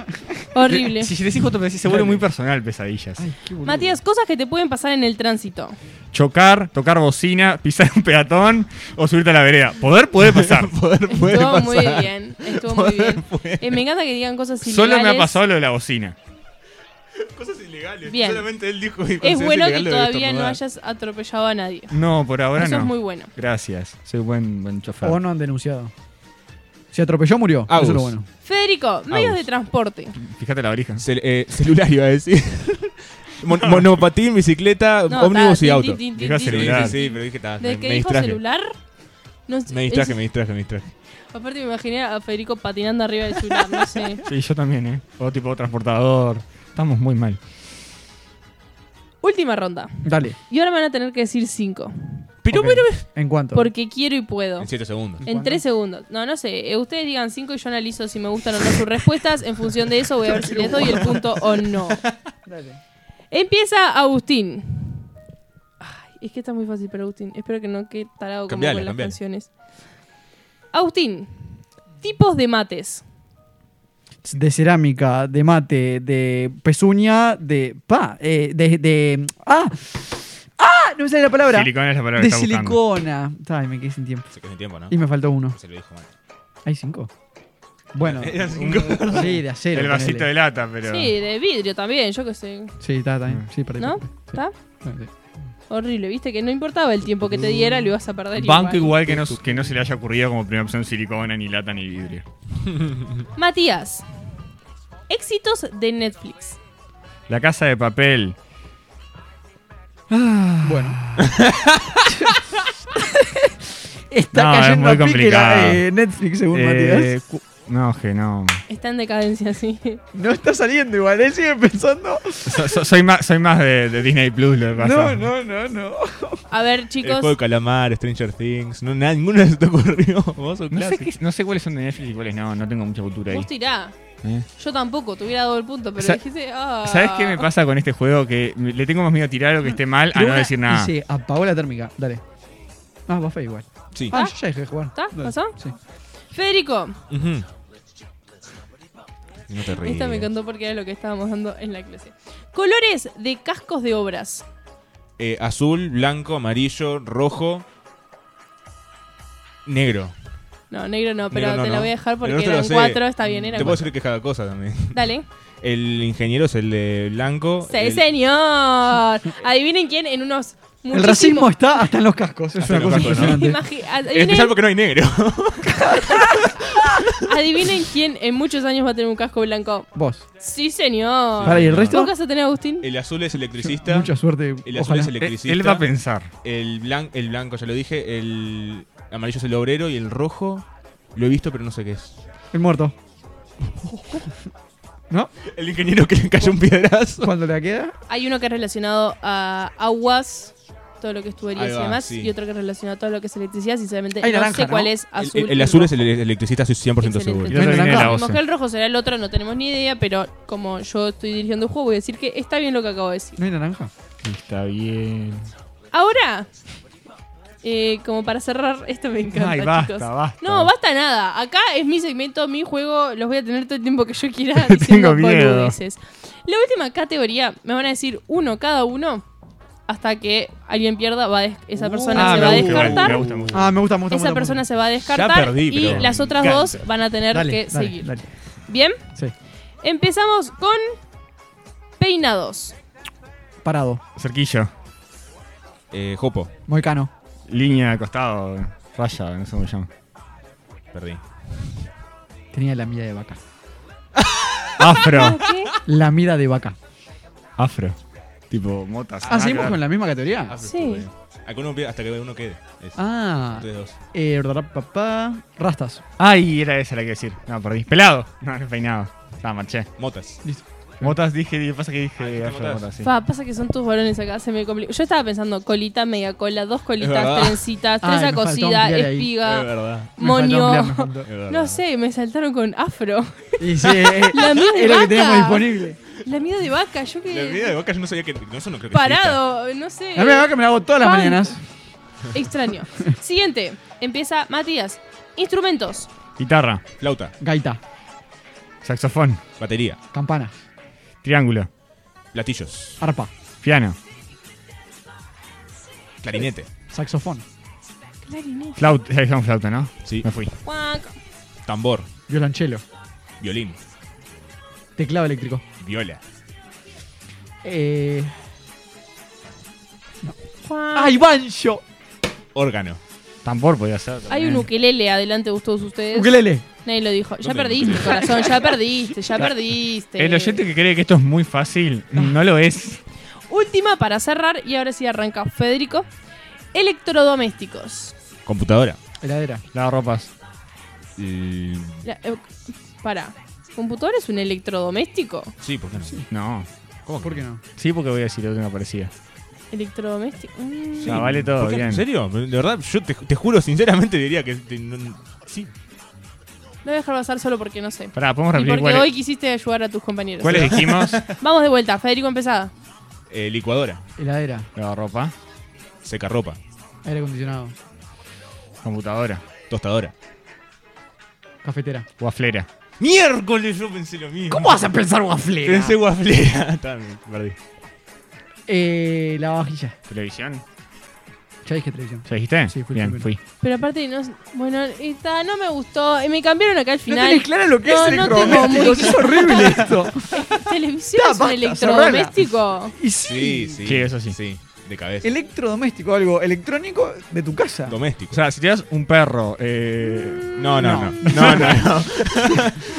E: Horrible.
C: Si decís justo, me decís, se vuelve muy personal, pesadillas.
D: Ay, qué boludo.
E: Matías, cosas que te pueden pasar en el tránsito.
C: Chocar, tocar bocina, pisar un peatón o subirte a la vereda. Poder puede pasar.
E: Estuvo muy bien. Estuvo muy bien. Eh, me encanta que digan cosas ilegales.
C: Solo me ha pasado lo de la bocina.
F: Cosas ilegales.
E: Bien.
F: Solamente él dijo.
E: Es bueno que todavía no hayas atropellado a nadie.
C: No, por ahora
E: Eso
C: no.
E: es muy bueno.
C: Gracias. Soy buen, buen chofer.
D: O no han denunciado. Si atropelló, murió. Eso
F: Agus.
D: es lo bueno.
E: Federico, medios de transporte.
C: Fíjate la orija.
F: Cel- eh, celular iba a decir. Mon- monopatín, bicicleta,
E: No,
F: ómnibus
E: ta,
F: y
E: tin,
F: auto.
E: tin, tin,
C: Dijo
E: tin, tin,
C: celular.
E: tin, tin.
F: pero dije, ta,
E: Desde que dijo celular, no sé,
F: Me distraje,
E: es-
F: me distraje, me distraje.
E: Aparte me imaginé a Federico patinando arriba del celular, no sé.
C: Sí, yo también, ¿eh? O tipo transportador. Estamos muy mal.
E: Última ronda.
D: Dale,
E: Y ahora me van a tener que decir cinco.
F: Pero,
D: Ok.
F: pero.
D: ¿en cuanto
E: Porque quiero y puedo.
F: En 7 segundos.
E: En tres segundos. No, no sé. Eh, Ustedes digan cinco y yo analizo si me gustan o no sus respuestas. En función de eso voy a ver si les doy el punto o no. Empieza Agustín. Ay, es que está muy fácil para Agustín. Espero que no quede tarado como
F: Cambiala,
E: con las
F: cambiala.
E: canciones. Agustín. Tipos de mates.
D: De cerámica, de mate, de pezuña, de. Pa, eh, de, de. ¡Ah! ¡Ah! No me sale la palabra.
C: Silicona es la palabra
D: de
C: que está buscando.
D: silicona. Ay, me quedé sin tiempo.
F: Se quedó sin tiempo, ¿no?
D: Y me faltó uno.
F: Se lo dijo mal.
D: Hay cinco. Bueno.
F: Eran cinco.
D: un- Sí, de acero.
C: El vasito de
D: ponele.
C: lata, pero.
E: Sí, de vidrio también, yo qué sé.
D: Sí, está también. Sí, perdí.
E: ¿No?
D: Sí.
E: ¿Está?
D: Sí.
E: Horrible, viste que no importaba el tiempo que te diera, lo ibas a perder.
C: Banco
E: igual.
C: igual que no, que no se le haya ocurrido como primera opción silicona, ni lata, ni vidrio.
E: Matías. Éxitos de Netflix.
C: La casa de papel.
D: Bueno. Está
C: No, es
D: cayendo
C: muy
D: a pique
C: complicado.
D: la, eh, Netflix, según
C: Eh,
D: Matías.
C: cu- no, que no.
E: Está en decadencia, sí.
D: No está saliendo igual, él sigue pensando.
C: So- so- soy más, soy más de, de Disney Plus, lo que pasa.
D: No, no, no, no.
E: A ver,
F: El juego de
E: chicos.
F: calamar, Stranger Things. No, nada, ninguno se te ocurrió. Vos sos
C: No sé,
F: clásico.
C: qué- no sé cuáles son de Netflix y cuáles no, no tengo mucha cultura ahí.
E: Vos tirá.
C: ¿Eh?
E: Yo tampoco, te hubiera dado el punto, pero
C: Sa-
E: dijiste. Ah.
C: ¿Sabes qué me pasa con este juego? Que me- le tengo más miedo a tirar o que esté mal a
D: Tiró
C: Ah, no
D: una
C: decir nada.
D: Y se apagó la térmica, dale. Ah, va fe igual.
F: Sí.
D: Ah, yo ya dejé de jugar.
E: ¿Está?
D: Dale.
E: ¿Pasó?
D: Sí.
E: Federico.
F: Ujú. No te ríes.
E: Esta me encantó porque era lo que estábamos dando en la clase. Colores de cascos de obras.
F: Eh, azul, blanco, amarillo, rojo, negro.
E: No, negro no, pero
F: Negro no,
E: te la
F: no.
E: voy a dejar porque
F: El otro lo
E: eran
F: sé.
E: cuatro, está bien,
F: Te
E: eran
F: puedo
E: cuatro.
F: decir que es cada cosa también.
E: Dale.
F: El ingeniero es el de blanco.
E: Sí,
F: el-
E: señor. Adivinen quién en unos.
D: El racismo está hasta en los cascos. Es
F: Hasta
D: una
F: en los
D: cosa
F: cascos, ¿no?
D: impresionante.
E: Imagi- ad-
F: En especial
E: adivinen,
F: porque no hay negro.
E: adivinen quién en muchos años va a tener un casco blanco.
D: Vos.
E: Sí, señor.
D: Para, ¿y el
E: ¿Vos
D: resto?
E: qué vas a tener, Agustín?
F: El azul es electricista.
D: Mucha suerte.
F: El azul
D: Ojalá.
F: es
C: Eh,
F: electricista.
C: Él va a pensar.
F: el, blan- el blanco, ya lo dije. El amarillo es el obrero y el rojo lo he visto, pero no sé qué es.
D: El muerto. ¿No?
F: El ingeniero que le cayó un piedrazo.
D: ¿Cuándo le queda?
E: Hay uno que es relacionado a aguas, todo lo que es tuberías
F: Ahí
E: y
F: va,
E: demás,
F: sí.
E: y otro que es relacionado a todo lo que es electricidad. Sinceramente,
D: Hay
E: no
D: naranja,
E: sé
D: ¿no?
E: cuál es
F: El,
E: azul.
F: el azul es el electricista, estoy 100% seguro.
C: Y otro viene de la
E: Sabemos
C: OCE.
E: que el rojo será el otro, no tenemos ni idea, pero como yo estoy dirigiendo el juego, voy a decir que está bien lo que acabo de decir.
D: ¿No hay naranja?
C: Está bien.
E: Ahora, eh, como para cerrar, esto me encanta,
C: Ay, basta,
E: chicos.
C: basta.
E: No, basta nada. Acá es mi segmento, mi juego. Los voy a tener todo el tiempo que yo quiera
C: Tengo
E: diciendo
C: miedo.
E: boludeces. La última categoría, me van a decir uno cada uno hasta que alguien pierda. Va a des- esa persona
D: Ah,
E: se
D: me
E: va a
D: gusta,
C: igual,
E: descartar.
C: Me gusta mucho.
D: Ah, me gusta, me gusta. me gusta,
E: Esa
D: me
E: persona
D: gusta.
E: se va a descartar
F: perdí,
E: y
F: pero
E: las
F: me
E: otras
F: encanta.
E: dos van a tener
D: Dale,
E: que
D: dale,
E: seguir.
D: dale.
E: Bien,
D: Sí.
E: empezamos con peinados.
D: Parado.
C: Cerquillo.
F: Eh, Jopo,
D: Moicano.
C: Línea de costado. Raya, no sé cómo se llama.
F: perdí.
D: Tenía la mira de vaca. Ah.
C: Afro.
E: ¿Qué?
D: La mira de vaca.
C: Afro. Tipo motas.
D: Ah, seguimos
C: claro.
D: con la misma categoría.
E: Ah, Sí.
F: Alguno pierde hasta que uno quede. Es
D: Ah,
F: tres, dos.
D: eh, papá, rastas.
C: Ay, era esa la que decir. No, perdí. Pelado. No, no peinado. Está, marché.
F: Motas.
C: Motas dije, y pasa que dije
F: Ah, dijiste
C: afro
F: motas.
C: motas, sí.
E: Fa, pasa que son tus varones acá, se me complica. Yo estaba pensando colita, media cola, dos
F: verdad.
E: colitas, trencitas,
D: Ay, me
E: trenza
D: faltó
E: cocida,
D: ampliar ahí.
F: Es
E: espiga,
F: verdad.
D: Me faltó ampliar,
E: moño.
D: me faltó.
F: Es verdad.
E: No sé, me saltaron con afro.
D: Y sí, eh,
E: La misma
D: era lo que teníamos
E: vaca.
D: disponible.
E: La mía de vaca, yo
F: La vida
E: que.
F: de Boca yo no sabía que. No, eso no creo que
E: Parado, no sé.
D: La verdad que me la hago todas las
E: Pan.
D: mañanas.
E: Extraño. Siguiente. Empieza Matías. Instrumentos.
C: Guitarra,
F: exista. Flauta,
D: Gaita,
C: saxofón,
F: batería,
D: campana,
C: triángulo,
F: platillos,
D: arpa,
C: piano,
F: clarinete.
D: saxofón,
E: Clarinete.
C: flauta. Ya dijimos flauta, ¿no?
F: Sí.
C: Me fui.
E: Cuac.
F: Tambor,
D: violonchelo,
F: violín,
D: teclado eléctrico.
F: viola.
D: Eh,
E: cuac.
D: ¡Ay, banjo!
F: Órgano.
C: Tambor podía ser.
E: Hay un ukelele adelante de todos ustedes.
D: Ukelele.
E: Nadie lo dijo. Ya
F: ¿Dónde hay
E: perdiste,
F: ukelele?
E: corazón. Ya perdiste, ya perdiste.
C: El oyente que cree que esto es muy fácil,
E: Ah.
C: no lo es.
E: Última para cerrar y ahora sí arranca Federico. Electrodomésticos.
F: Computadora.
D: Heladera.
C: Lavar ropas.
F: Eh,
E: La- eh, para. ¿Computador es un electrodoméstico?
F: sí, ¿por qué no?
C: No.
D: ¿Por qué no?
C: Sí, porque voy a decir lo que me parecía.
E: Electrodoméstico. Mm.
F: Sí,
C: Ah, vale todo,
F: ¿por qué?
C: bien.
F: ¿En serio? De verdad, yo te, te juro, sinceramente diría que. te- no- sí.
E: Lo voy a dejar pasar solo porque no sé.
C: Pará, podemos
D: Ah,
E: Y
C: repetir
E: porque
C: cuáles
E: hoy quisiste ayudar a tus compañeros.
C: cuáles dijimos.
E: Vamos de vuelta. Federico, empezada.
F: Eh, licuadora,
D: Heladera.
C: Lavar ropa,
F: secarropa,
D: Aire acondicionado.
C: computadora,
F: tostadora.
D: Cafetera.
C: guaflera.
F: Miércoles yo pensé lo mismo.
D: ¿Cómo vas a pensar guaflera?
F: Pensé guaflera. Está, me perdí.
D: Eh, la vajilla.
C: ¿Televisión?
D: Ya dije televisión.
C: ¿Ya dijiste?
D: Sí, fui,
C: Bien,
D: fui,
C: fui.
E: Pero aparte, no, bueno, esta no me gustó. Eh, Me cambiaron acá al
D: No
E: final.
D: tenés claro lo que
E: No,
D: es
E: no tengo
D: electrodoméstico.
E: muy
D: Es horrible esto.
E: ¿Televisión
D: Ya,
E: es un
D: basta,
E: electrodoméstico?
D: Y
F: Sí, sí.
C: Sí, eso sí.
F: Sí, de cabeza.
D: Electrodoméstico, algo electrónico de tu casa.
F: Doméstico.
C: O sea, si te das un perro, eh,
F: no, no, no.
C: No, no, no.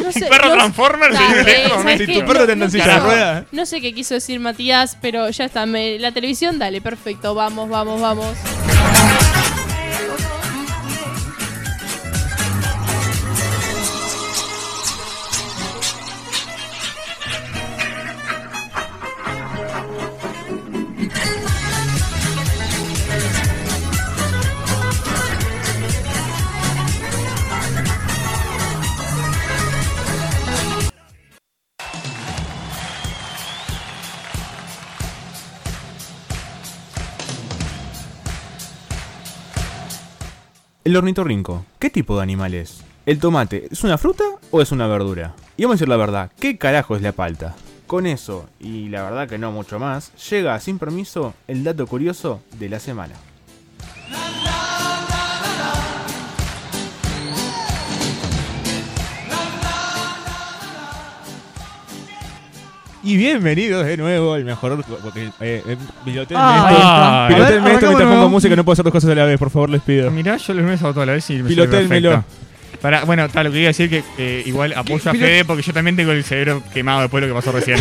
E: No sé,
C: perro
E: no sé-
C: transformer
E: Claro,
C: sería un
E: eh,
C: electrodoméstico.
E: ¿sabes
F: Si
E: qué?
F: tu perro te anda en
E: No,
F: silla de
E: no,
F: ruedas.
E: No sé qué quiso decir Matías, pero ya está. me- la televisión, dale, perfecto. Vamos, vamos, vamos.
I: El ornitorrinco, ¿qué tipo de animal es? ¿El tomate es una fruta o es una verdura? Y vamos a decir la verdad, ¿qué carajo es la palta? Con eso, y la verdad que no mucho más, llega sin permiso el dato curioso de la semana.
F: Y bienvenidos de nuevo al mejor. porque, eh, eh, Piloteenme esto.
C: Ah,
D: A
F: Piloteenme
D: ver,
F: esto
D: arrancamos de
F: mientras
D: nuevo.
F: pongo música. No puedo hacer dos cosas a la vez, por favor, les pido.
C: Mirá, yo lo he usado toda la vez y me
F: Pilotélmelo.
C: sale perfecto. Pará, bueno, tal, lo que iba a decir que eh, igual apoyo a
D: Pilot-
C: Fede porque yo también tengo el cerebro quemado después de lo que pasó recién.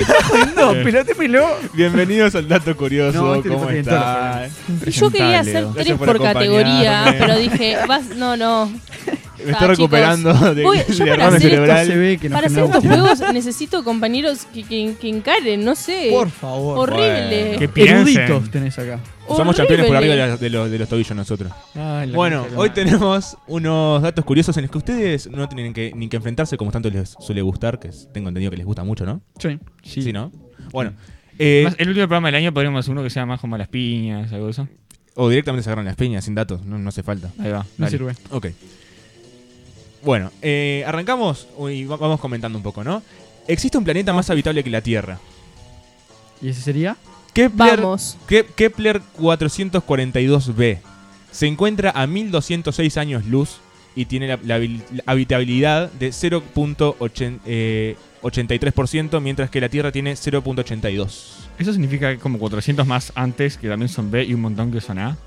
D: No, pelotémelo.
F: Bienvenidos al dato curioso.
D: No, este le
F: ¿Cómo
D: fue bien, todo lo
F: están?
E: Y Yo quería hacer
F: Gracias
E: tres
F: por
E: por, categoría,
F: acompañarme.
E: pero dije, vas, no, no.
F: Me
E: Ah,
F: estoy recuperando de,
E: Voy-
F: de
E: yo para
F: derrame
E: hacer esto
F: Ah, cerebral.
D: se ve que nos
E: Para hacer
D: generamos
E: estos juegos necesito compañeros que, que- que encaren, no sé.
D: Por favor.
E: Horrible.
C: que
D: Eruditos
C: piensen.
D: tenés acá.
F: Somos
E: horrible.
F: campeones por arriba de, la- de los, de los tobillos nosotros.
E: Ah,
F: Bueno, hoy tenemos unos datos curiosos en los que ustedes no tienen que, ni que enfrentarse como tanto les suele gustar, que es- tengo entendido que les gusta mucho, ¿no?
D: Sí.
F: Sí, ¿no? Bueno, eh,
C: Más, el último programa del año podríamos hacer uno que sea más como las piñas, algo de eso.
F: o directamente se agarran las piñas sin datos, no, no hace falta.
C: Ahí va.
D: No
C: dale.
D: sirve.
F: Ok. Bueno, eh, arrancamos y va- vamos comentando un poco, ¿no? Existe un planeta más habitable que la Tierra.
D: ¿Y ese sería?
F: Kepler,
E: Vamos.
F: Ke- Kepler 442b. Se encuentra a 1206 años luz y tiene la, la habil- la habitabilidad de 0.83%, eh, mientras que la Tierra tiene 0.82.
C: Eso significa que como 400 más antes, que también son B y un montón que son A.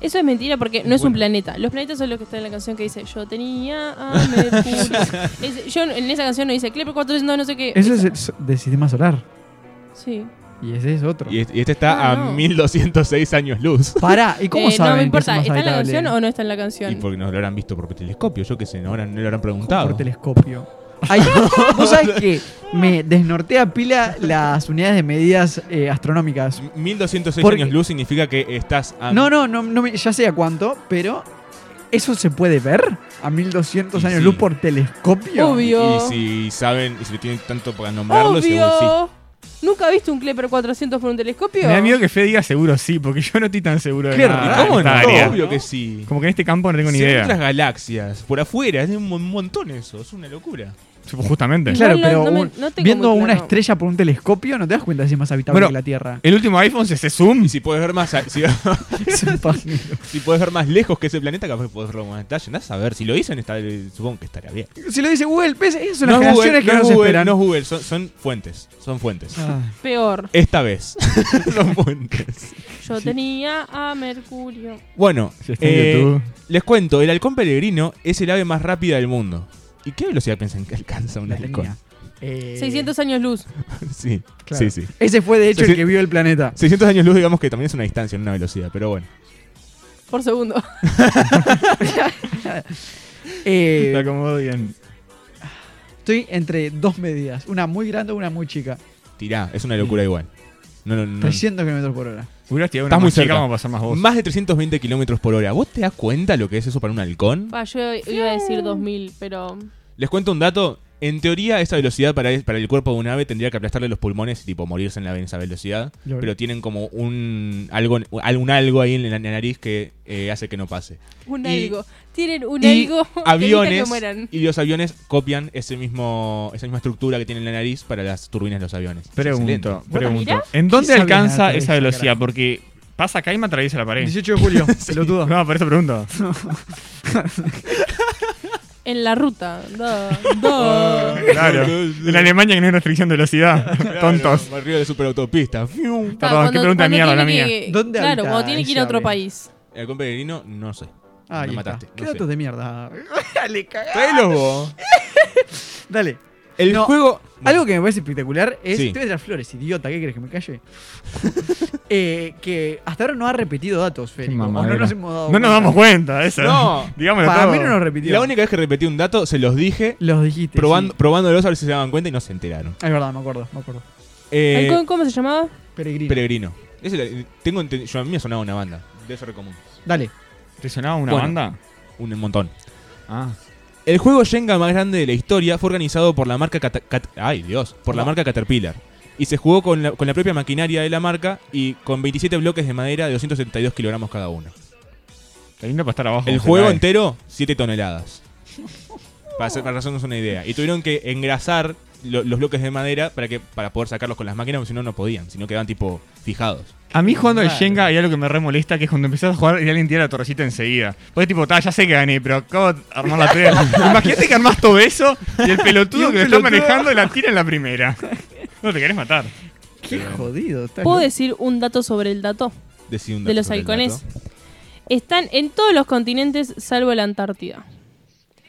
E: Eso es mentira porque no es un
F: Bueno.
E: planeta. Los planetas son los que están en la canción que dice Yo tenía a Mercurio. Es- yo en esa canción no dice Kepler 400 no sé qué.
D: Ese es el so- del sistema solar.
E: Sí.
D: Y ese es otro.
F: Y este y este está
E: Ah,
F: a
E: no.
F: 1206 años luz.
D: Pará, ¿y cómo
E: Eh,
D: saben
E: No me
D: que
E: importa,
D: es más
E: ¿está en la
D: habitable?
E: canción o no está en la
F: Y
E: canción?
F: porque nos lo habrán visto por telescopio, yo qué sé, no, habrán- no lo habrán preguntado.
D: Por telescopio. Ay, ¿Vos sabés que me desnortea pila las unidades de medidas eh, astronómicas?
F: 1206
D: Porque-
F: años luz significa que estás a.
D: No, no, no, no me- ya sé a cuánto, pero ¿eso se puede ver? ¿A 1200
F: Y
D: años
F: sí.
D: luz por telescopio?
E: Obvio.
F: Y si saben, y si lo tienen tanto para nombrarlo, según sí.
E: ¿Nunca viste un Klepper 400 por un telescopio?
C: Me da miedo que Fe diga seguro sí, porque yo no estoy tan seguro de
D: Qué
C: nada.
D: raro.
C: en
F: ¿Cómo
C: esta
F: no?
C: área.
F: Ah, Obvio que sí.
C: Como que en este campo no tengo ni
F: Sí, hay
C: idea.
F: otras galaxias, por afuera, es un mon- montón eso, es una locura.
C: Justamente.
D: Claro,
E: Igual no-
D: pero
E: no me-
D: un-
E: no tengo
D: viendo
E: muy
D: una
E: claro.
D: estrella por un telescopio, no te das cuenta si es más habitable
C: Bueno,
D: que la Tierra.
C: El último iPhone se hace zoom.
F: Y si puedes ver más, a- si,
D: Es un pañuelo.
F: si puedes ver más lejos que ese planeta, capaz que puedes verlo más detalle. Andás a ver, si lo dicen, está- eh, supongo que estaría bien.
D: si lo dice Google, pues, ¿ves? Esas son
F: No
D: las
F: es Google,
D: generaciones que
F: no es
D: nos
F: Google,
D: esperan.
F: no es Google, son, son fuentes, son fuentes.
D: Ah.
E: Peor.
F: Esta vez, son fuentes.
E: Yo tenía a Mercurio.
F: Bueno,
C: Si está en
F: eh,
C: YouTube.
F: les cuento, el halcón peregrino es el ave más rápida del mundo. ¿Y qué velocidad piensan que alcanza un
D: La
F: halcón?
D: tenía. Eh,
E: 600 años luz.
F: Sí,
D: Claro.
F: sí, sí.
D: Ese fue de hecho el
F: Sesenta-
D: que vio el planeta.
F: 600 años luz, digamos que también es una distancia, no una velocidad, pero bueno.
E: Por segundo.
D: Eh,
C: Te acomodo bien.
D: estoy entre dos medidas, una muy grande y una muy chica.
F: Tirá, es una locura igual. No, no, no.
D: 300 kilómetros por hora.
C: Hubieras tirado una
F: Estás muy
C: más chica,
F: cerca.
C: vamos a pasar más vos.
F: Más de 320 kilómetros por hora. ¿Vos te das cuenta lo que es eso para un halcón?
E: Pa, yo iba a decir 2000, pero.
F: Les cuento un dato. En teoría, esa velocidad para el, para el cuerpo de un ave tendría que aplastarle los pulmones y tipo morirse en, la, en esa velocidad.
D: Lol.
F: Pero tienen como un algo, algún algo ahí en la, en la nariz que eh, hace que no pase.
E: Un
F: Y-
E: algo. Tienen un
F: y
E: algo. que evita Que
F: aviones
E: mueran.
F: y los aviones copian ese mismo, esa misma estructura que tiene en la nariz para las turbinas de los aviones. Es excelente.
C: Pregunto, pregunto.
E: mirá?
C: ¿En dónde
D: sabe
C: alcanza
D: nada,
C: esa
D: carajo?
C: velocidad? Porque pasa acá y me atraviesa la pared.
D: 18 de julio, pelotudo.
C: No, por eso pregunto.
E: En la ruta. Da, da.
C: Claro. En Alemania que no hay restricción de velocidad. Tontos.
F: Arriba de la superautopista. Fium.
E: Pa,
C: Perdón, qué pregunta de
E: cuando
C: mierda la
E: tiene
C: mía.
E: que-
D: ¿Dónde
E: claro,
D: habita
E: cuando tiene que ir a
D: ese
E: otro
D: ave?
E: país.
F: El halcón peregrino, no sé.
D: Ah, Ahí
F: me
D: está.
F: mataste.
D: este, Qué
F: no sé.
D: datos de mierda. Le cagá.
F: Tráelos vos.
D: Dale.
F: El
D: No,
F: juego.
D: Algo que me parece espectacular es.
F: Sí.
D: Te voy a traer flores, idiota. ¿Qué crees que me calle? Eh, que hasta ahora no ha repetido datos, Federico. o No
C: mamadera.
D: nos hemos dado
C: No nos damos cuenta, eso.
F: No.
C: Digámoslo
D: Para
C: todo.
D: mí no nos repitió.
F: La única vez que repetí un dato, se los dije,
D: Los dijiste.
F: probando,
D: sí.
F: probándolos a ver si se daban cuenta y no se enteraron.
D: Es verdad, me acuerdo, me acuerdo.
F: Eh,
E: ¿Halcón cómo se llamaba?
D: Peregrino.
F: peregrino. Ese era- tengo enten- yo, a mí me sonaba una banda. Debe ser común.
D: Dale.
C: ¿Te sonaba una
F: Bueno.
C: banda?
F: Un montón.
C: Ah.
F: El juego Jenga más grande de la historia fue organizado por la marca Cata- Cat- ay, Dios, por la marca Caterpillar. Y se jugó con la, con la propia maquinaria de la marca y con 27 bloques de madera de 272 kilogramos cada uno.
C: Está lindo para estar abajo.
F: El
C: se
F: juego
C: cae.
F: entero, 7 toneladas. Para, hacer, para hacernos una idea. Y tuvieron que engrasar lo- los bloques de madera para, que, para poder sacarlos con las máquinas, porque si no, no podían, sino quedaban tipo fijados.
C: A mí jugando al
D: Claro.
C: Shenga hay algo que me re molesta, que es cuando empezás a jugar y alguien tira la torrecita enseguida. Porque tipo, "Ta, ya sé que gané, pero acabo de armar la tuya. Imagínate que armás todo eso y el
D: Y
C: pelotudo
D: un
C: que lo está
D: pelotudo.
C: manejando la tira en la primera. No te querés matar.
D: Qué jodido. Está
E: ¿Puedo decir un dato sobre el dato?
F: Decí un
E: De
F: dato
E: los
F: sobre el
E: halcones.
F: dato.
E: Están en todos los continentes salvo la Antártida.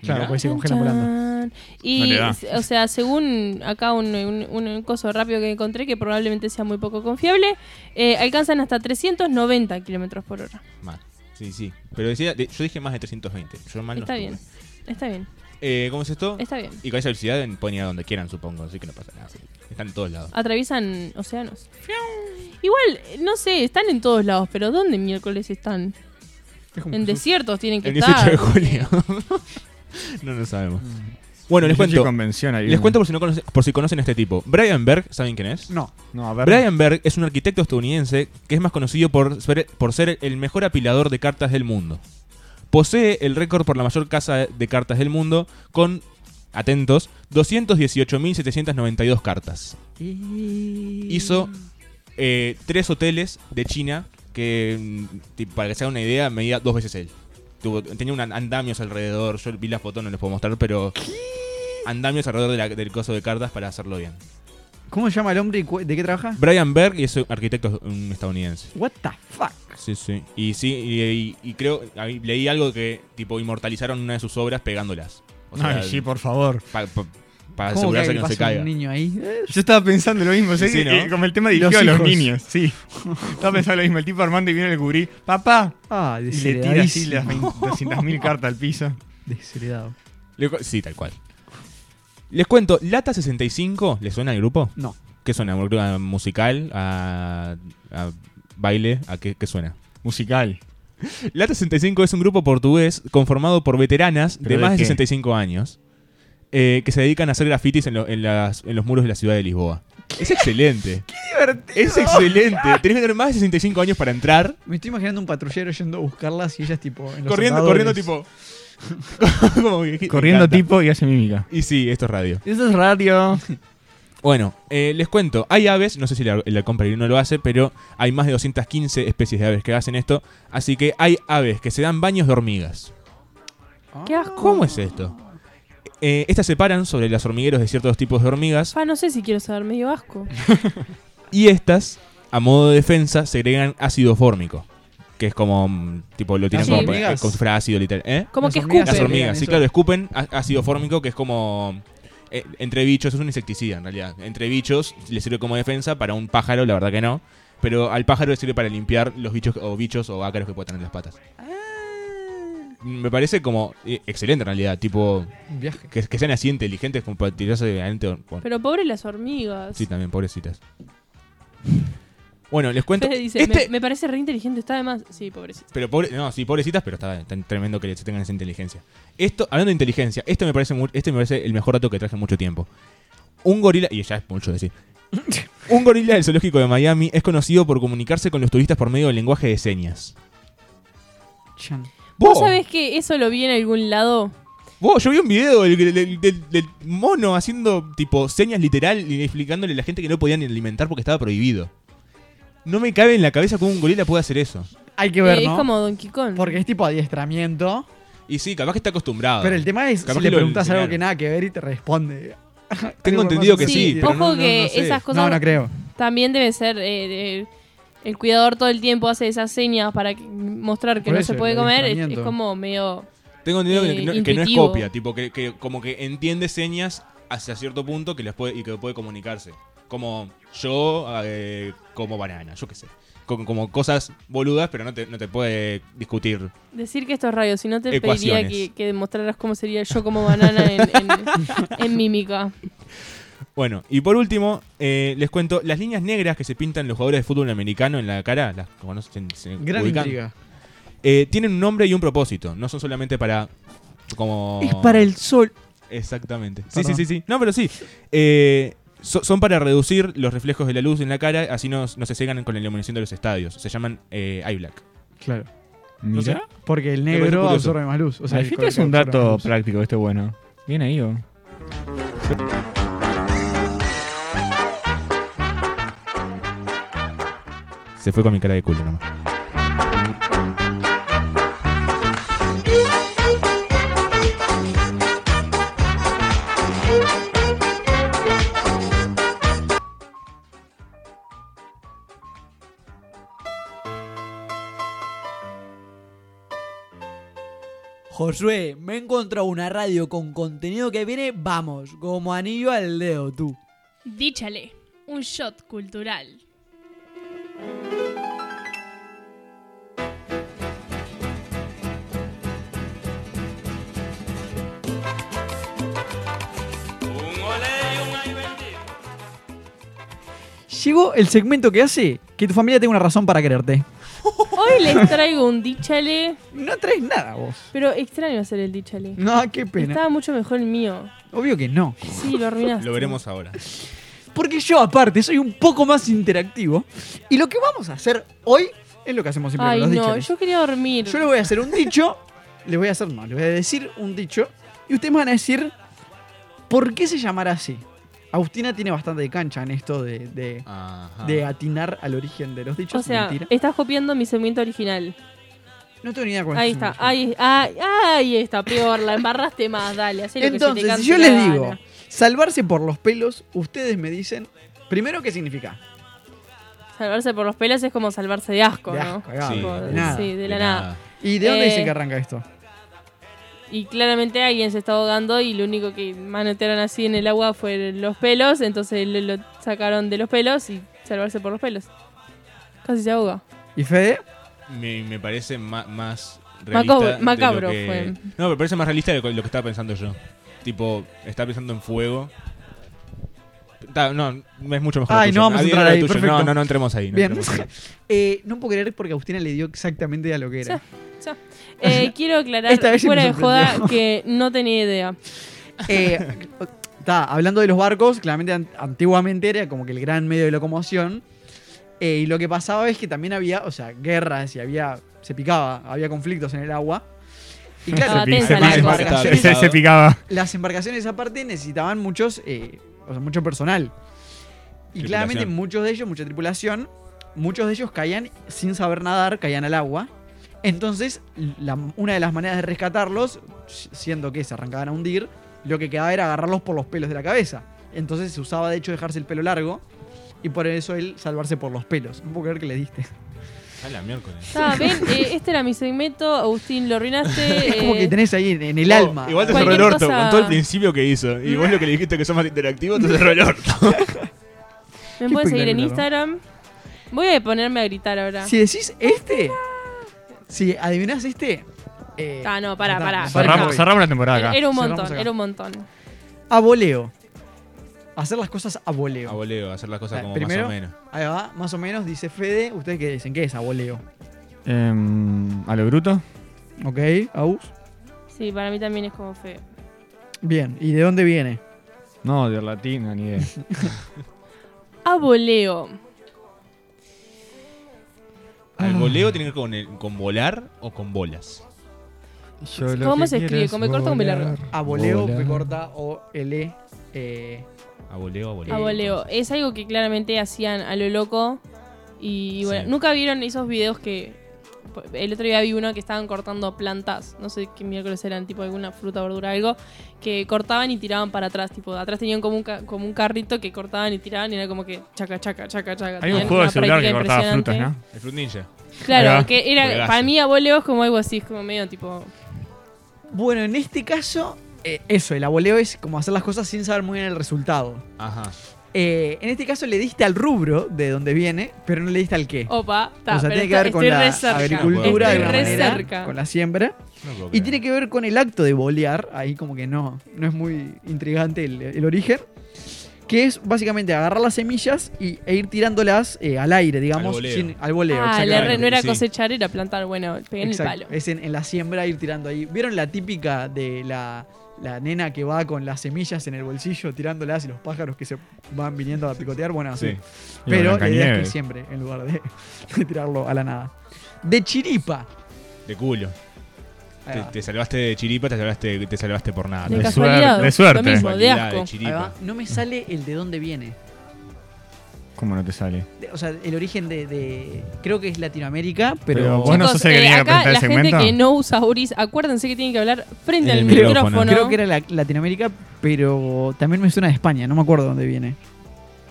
D: Claro,
F: Mirá.
D: pues se congelan
E: Chan,
D: volando.
E: chan.
C: No
E: Y,
C: le da.
E: o sea, según acá un, un, un coso rápido que encontré, que probablemente sea muy poco confiable, eh, alcanzan hasta 390 kilómetros por hora.
F: Mal. Sí, sí. Pero decía, de- yo dije más de 320. Yo mal no
E: Está
F: estuve.
E: bien, está bien,
F: Eh, ¿Cómo es esto?
E: está bien.
F: Y con esa velocidad pueden ir a donde quieran, supongo, así que no pasa nada. Están en todos
E: Ah,
F: lados.
E: Atraviesan océanos. Igual, eh, no sé, están en todos lados, pero ¿dónde miércoles están?
D: Es como
E: En
D: que sos-
E: desiertos tienen que
F: El
E: estar.
F: 18 de julio. no lo sabemos. Bueno, les
C: Yo soy
F: cuento.
C: convención ahí.
F: Les cuento por si, no conoce- por si conocen a este tipo. Brian Berg, ¿saben quién es?
D: No.
C: No, a ver.
F: Brian Berg es un arquitecto estadounidense que es más conocido por ser, por ser el mejor apilador de cartas del mundo. Posee el récord por la mayor casa de cartas del mundo con, atentos, 218.792 cartas. Hizo eh, tres hoteles de China que, mm, ti- para que se hagan una idea, medía dos veces él. Tuvo- tenía un an- andamios alrededor, yo vi la foto, no les puedo mostrar, pero... Andamios alrededor de la- del coso de cartas para hacerlo bien.
D: ¿Cómo se llama el hombre y cu- de qué trabaja?
F: Brian Berg y es un arquitecto mm, estadounidense.
D: What the fuck.
F: Sí, sí. Y sí, y, y- y creo, ahí leí algo que tipo inmortalizaron una de sus obras pegándolas. O sea,
C: Ay, sí, por favor.
F: pa- pa- para
D: ¿Cómo
F: asegurarse que, no
D: pasa
F: se caiga.
D: un niño ahí?
C: Yo estaba pensando lo mismo, sé
F: Sí,
C: que-
F: ¿no?
C: que como el tema
D: Los
C: dirigido a los
D: hijos.
C: niños, sí. estaba pensando lo mismo, el tipo armando y viene el cubrí, papá,
D: Ah,
C: y le tira así
D: desheredadísimo.
C: las 200.000 cartas al piso.
D: Desheredado.
F: Le cu- Sí, tal cual. Les cuento, Lata 65, ¿le suena al grupo?
D: No.
F: ¿Qué suena? ¿Un grupo musical? ¿A, a baile? ¿A qué, qué suena?
C: Musical.
F: Lata 65 es un grupo portugués conformado por veteranas de
C: ¿Pero de
F: más de,
C: qué?
F: 65 años eh, que se dedican a hacer grafitis en, lo- en las- en los muros de la ciudad de Lisboa. Es excelente. ¡Qué divertido! Es excelente. Tenés que tener más de 65 años para entrar.
D: Me estoy imaginando un patrullero yendo a buscarlas y ellas tipo. en los
F: Corriendo,
D: andadores.
F: corriendo tipo. Como que- me
C: Corriendo
F: encanta.
C: tipo y hace mímica.
F: Y sí, esto es radio.
C: Eso es radio.
F: Bueno, eh, les cuento, hay aves, no sé si la, la compra no lo hace, pero hay más de 215 especies de aves que hacen esto, así que hay aves que se dan baños de hormigas.
E: Qué asco.
F: ¿Cómo es esto? Eh, estas se paran sobre los hormigueros de ciertos tipos de hormigas
E: Ah, no sé si quiero saber, medio asco.
F: y estas, a modo de defensa, segregan ácido fórmico, que es como, mm, tipo, lo tiran
D: ¿Las
F: como,
D: hormigas?
F: como si fuera ácido literal. ¿Eh?
E: Como
D: Las
E: que
D: hormigas
F: Las
D: Pero-
E: escupen.
F: hormigas, sí,
D: eso.
F: claro, escupen á- ácido fórmico, que es como. eh, entre bichos, es un insecticida en realidad. Entre bichos le sirve como defensa, para un pájaro, la verdad que no. Pero al pájaro le sirve para limpiar los bichos o bichos o ácaros que pueda tener en las patas. Me parece como eh, excelente en realidad, tipo
D: Un viaje.
F: que, que sean así inteligentes como para tirarse de adelante. o- bueno,
E: Pero pobre las hormigas.
F: sí, también, pobrecitas. Bueno, les cuento.
E: Fede dice,
F: este-
E: me, me parece re inteligente, está además. Sí, pobrecito.
F: Pero pobre, no, sí, pobrecitas, pero está tan tremendo que se tengan esa inteligencia. Esto, hablando de inteligencia, este me parece mu- este me parece el mejor dato que traje en mucho tiempo. Un gorila, y ya es mucho decir. Un gorila del zoológico de Miami es conocido por comunicarse con los turistas por medio del lenguaje de señas.
D: Chan.
E: ¿Vos
F: ¡Wow!
E: sabés que eso lo vi en algún lado?
F: Wow, yo vi un video del, del- del- del mono haciendo tipo señas literal y explicándole a la gente que no podían alimentar porque estaba prohibido. No me cabe en la cabeza cómo un gorila puede hacer eso.
D: Hay que ver,
E: Eh,
D: ¿no?
E: Es como Donkey Kong.
D: Porque es tipo adiestramiento.
F: Y sí, capaz que está acostumbrado.
D: Pero el tema es
F: Ah, Capaz
D: si
F: que
D: le
F: lo
D: preguntas algo
F: enseñaron.
D: que nada que ver y te responde.
F: Tengo
D: Algo
F: entendido que
D: más
F: sí,
E: sí,
F: pero
E: ojo
F: no- no-
E: que
F: no sé.
E: esas cosas
D: No, no creo.
E: también debe ser eh, de- el cuidador todo el tiempo hace esas señas para que- mostrar que
D: Por
E: no
D: eso,
E: se puede
D: el
E: comer. Es,
D: adiestramiento.
E: es como medio.
F: Tengo entendido
E: eh,
F: que, no, que no es
E: intuitivo.
F: copia, tipo que, que como que entiende señas hacia cierto punto que las puede, y que puede comunicarse. Como yo eh, como banana, yo qué sé. Como, como cosas boludas, pero no te, no te puede discutir.
E: Decir que esto es radio, si no te
F: Ecuaciones.
E: pediría que, que demostraras cómo sería yo como banana en, en- en mímica.
F: Bueno, y por último, eh, les cuento las líneas negras que se pintan los jugadores de fútbol americano en la cara, las conocen, se
D: Gran
F: ubican.
D: intriga.
F: Eh, tienen un nombre y un propósito, no son solamente para como
D: Es para el sol.
F: Exactamente. Sí, sí,
D: Perdón.
F: sí, sí. No, pero sí. Eh, so- son para reducir los reflejos de la luz en la cara, así no, no se cegan con la iluminación de los estadios. Se llaman eh, eye black.
D: Claro.
F: No sé.
C: Mira,
D: Porque el
F: Me parece
D: negro
F: curioso.
D: absorbe más luz. O sea, el
C: es
D: color
C: un
D: que absorbe
C: dato
D: más luz.
C: práctico, este bueno. Bien ahí, ¿o?
F: Se fue con mi cara de culo nomás.
D: Josué, me he encontrado una radio con contenido que viene, vamos, como anillo al dedo, tú.
H: Díchale, un shot cultural.
D: Llegó el segmento que hace que tu familia tenga una razón para quererte.
E: Hoy les traigo un díchale,
D: No traes nada vos.
E: pero extraño hacer el díchale.
D: No, qué pena.
E: Estaba mucho mejor el mío.
D: Obvio que no.
E: Sí, lo arruinaste.
F: Lo veremos ahora.
D: Porque yo, aparte, soy un poco más interactivo. Y lo que vamos a hacer hoy es lo que hacemos siempre
E: Ay,
D: con los
E: no,
D: dichos.
E: yo quería dormir.
D: Yo les voy a hacer un dicho. les voy a hacer, no, les voy a decir un dicho. Y ustedes me van a decir por qué se llamará así. Agustina tiene bastante cancha en esto de, de-
F: Ajá.
D: de atinar al origen de los dichos.
E: O sea, eh,
D: Mentira.
E: estás copiando mi segmento original.
D: No tengo ni idea cuál es
E: Ahí
D: el
E: está,
D: dicho.
E: ahí, ahí, ahí está, peor, la embarraste más, dale, hacé lo que se te
D: Entonces,
E: cante
D: si yo
E: la
D: les digo
E: gana.
D: salvarse por los pelos, ustedes me dicen primero qué significa.
E: Salvarse por los pelos es como salvarse de asco,
D: De
E: ¿no?
D: asco, ahí va,
F: Sí,
E: Tipo,
D: de nada.
E: sí, de la nada.
D: ¿Y de dónde
E: Eh,
D: dice que arranca esto?
E: Y claramente alguien se estaba ahogando y lo único que manotearon así en el agua fueron los pelos. Entonces lo, lo sacaron de los pelos y salvarse por los pelos. Casi se ahoga.
D: ¿Y Fede?
F: Me, me parece ma- más realista.
E: Macabro-
F: de lo
E: macabro
F: que-
E: fue.
F: No, me parece más realista de lo que estaba pensando yo. Tipo, estaba pensando en fuego. Ta, no, es mucho mejor. lo
D: Ay,
F: tuyo.
D: no vamos a
F: Adivina
D: entrar
F: lo
D: ahí,
F: tuyo.
D: perfecto.
F: No, no, no entremos ahí. no
D: Bien.
F: entremos ahí.
D: Eh, no puedo creer porque Agustina le dio exactamente a lo que era.
E: Eh, quiero aclarar,
D: Esta vez sí me
E: fuera de joda,
D: sorprendió.
E: que no tenía idea.
D: Eh, Está, hablando de los barcos, claramente an- antiguamente era como que el gran medio de locomoción. Eh, y lo que pasaba es que también había, o sea, guerras y había, se picaba, había conflictos en el agua. Y claro,
E: Estaba tensa
D: las
E: la cosa.
D: embarcaciones-
F: Estaba
C: Se, se picaba.
D: las embarcaciones aparte necesitaban muchos, eh, o sea, mucho personal. Y
F: Tripulación.
D: claramente muchos de ellos, mucha tripulación, muchos de ellos caían sin saber nadar, caían al agua. Entonces, la- una de las maneras de rescatarlos, s- siendo que se arrancaban a hundir, lo que quedaba era agarrarlos por los pelos de la cabeza. Entonces se usaba de hecho dejarse el pelo largo y por eso él salvarse por los pelos. No puedo creer que le diste.
F: A la miércoles.
E: Está, ven, eh, este era mi segmento, Agustín, lo arruinaste.
D: Es como
E: eh,
D: que tenés ahí en, en el
F: Oh,
D: alma.
F: Igual te cerró
E: Cualquier
F: el orto
E: cosa-
F: con todo el principio que hizo. Y vos lo que le dijiste que sos más interactivo, te cerró el orto.
E: Me pueden seguir
D: espectacular.
E: en Instagram. Voy a ponerme a gritar ahora.
D: Si decís este, si adivinás este. eh,
E: Ah, no, pará,
D: ya está,
E: pará.
D: me
C: Cerramos,
D: voy.
C: cerramos la temporada acá.
E: Era un
D: Cerramos
E: montón,
D: acá.
E: era un montón.
D: A voleo. Hacer las cosas a voleo.
F: A voleo, hacer las cosas
D: Eh,
F: como
D: primero,
F: más o menos.
D: Ahí va, más o menos, dice Fede. ¿Ustedes qué dicen? ¿Qué es a voleo?
C: Em, a lo bruto.
D: ¿Ok? ¿Aus?
E: Sí, para mí también es como feo.
D: Bien. ¿Y de dónde viene?
C: No, de latina, ni idea.
E: A voleo.
D: Ah.
F: Al voleo tiene que ver con, el- con volar o con bolas.
E: lo ¿Cómo que se quiero escribe? es ¿Con B corta o con B larga? volar.
D: A voleo, P corta o L. Eh,
F: A voleo, a voleo.
E: A voleo. Es algo que claramente hacían a lo loco. Y bueno,
F: Sí.
E: nunca vieron esos videos que. El otro día vi uno que estaban cortando plantas. No sé qué miércoles eran, tipo alguna fruta, verdura, algo. Que cortaban y tiraban para atrás. Tipo, atrás tenían como un, ca- como un carrito que cortaban y tiraban. Y era como que chaca, chaca, chaca, chaca.
C: Hay un
E: Tenían
C: juego de
E: una
C: celular que
E: práctica
C: cortaba frutas,
E: impresionante.
C: ¿no?
F: El Fruit Ninja.
C: Ahí
E: Claro,
C: va.
E: que era.
F: Juegazo.
E: Para mí, a voleo es como algo así, es como medio tipo.
D: Bueno, en este caso, eh, eso, el aboleo es como hacer las cosas sin saber muy bien el resultado.
F: Ajá.
D: Eh, en este caso le diste al rubro de dónde viene, pero no le diste al qué.
E: Opa, ta,
D: o sea,
E: pero
D: tiene que
E: Oh, está-
D: ver con
E: estoy
D: la
E: re cerca.
D: agricultura, de
E: estoy
D: alguna
E: re
D: manera,
E: cerca.
D: con la siembra.
F: No puedo
D: Y
F: creer.
D: tiene que ver con el acto de bolear, ahí como que no, no es muy intrigante el, el origen, que es básicamente agarrar las semillas y, e ir tirándolas eh, al aire, digamos, al
F: voleo.
D: voleo. al voleo
E: Ah, la
D: exactamente.
E: re- no era
F: sí.
E: cosechar, era plantar. Bueno, pegué en el
D: Exacto,
E: palo.
D: Es en, en la siembra ir tirando ahí. ¿Vieron la típica de la, la nena que va con las semillas en el bolsillo tirándolas y los pájaros que se van viniendo a picotear? Bueno, así.
F: Sí.
D: Pero la idea es
C: Blancanieves.
D: que siempre, en lugar de, de tirarlo a la nada. De chiripa.
F: De culo.
D: Ahí
F: Te,
D: va.
F: te salvaste de chiripa, te salvaste, te salvaste por nada.
E: De,
C: De
E: casualidad.
C: suerte, de suerte.
E: Lo mismo, de
F: Casualidad
E: asco.
D: Ahí
F: chiripa.
D: va. No me sale el de dónde viene.
C: ¿Cómo no te sale?
D: De- o sea, el origen de, de- Creo que es Latinoamérica, pero.
C: Pero vos no
E: Chicos,
C: sos el que
E: eh,
C: tenía que
E: acá
C: presentar
E: la
C: el segmento.
E: gente que no usa auris, acuérdense que tienen que hablar frente
F: En
E: al
F: el
E: micrófono.
F: micrófono.
D: Creo que era la- Latinoamérica, pero también me suena de España, no me acuerdo dónde viene.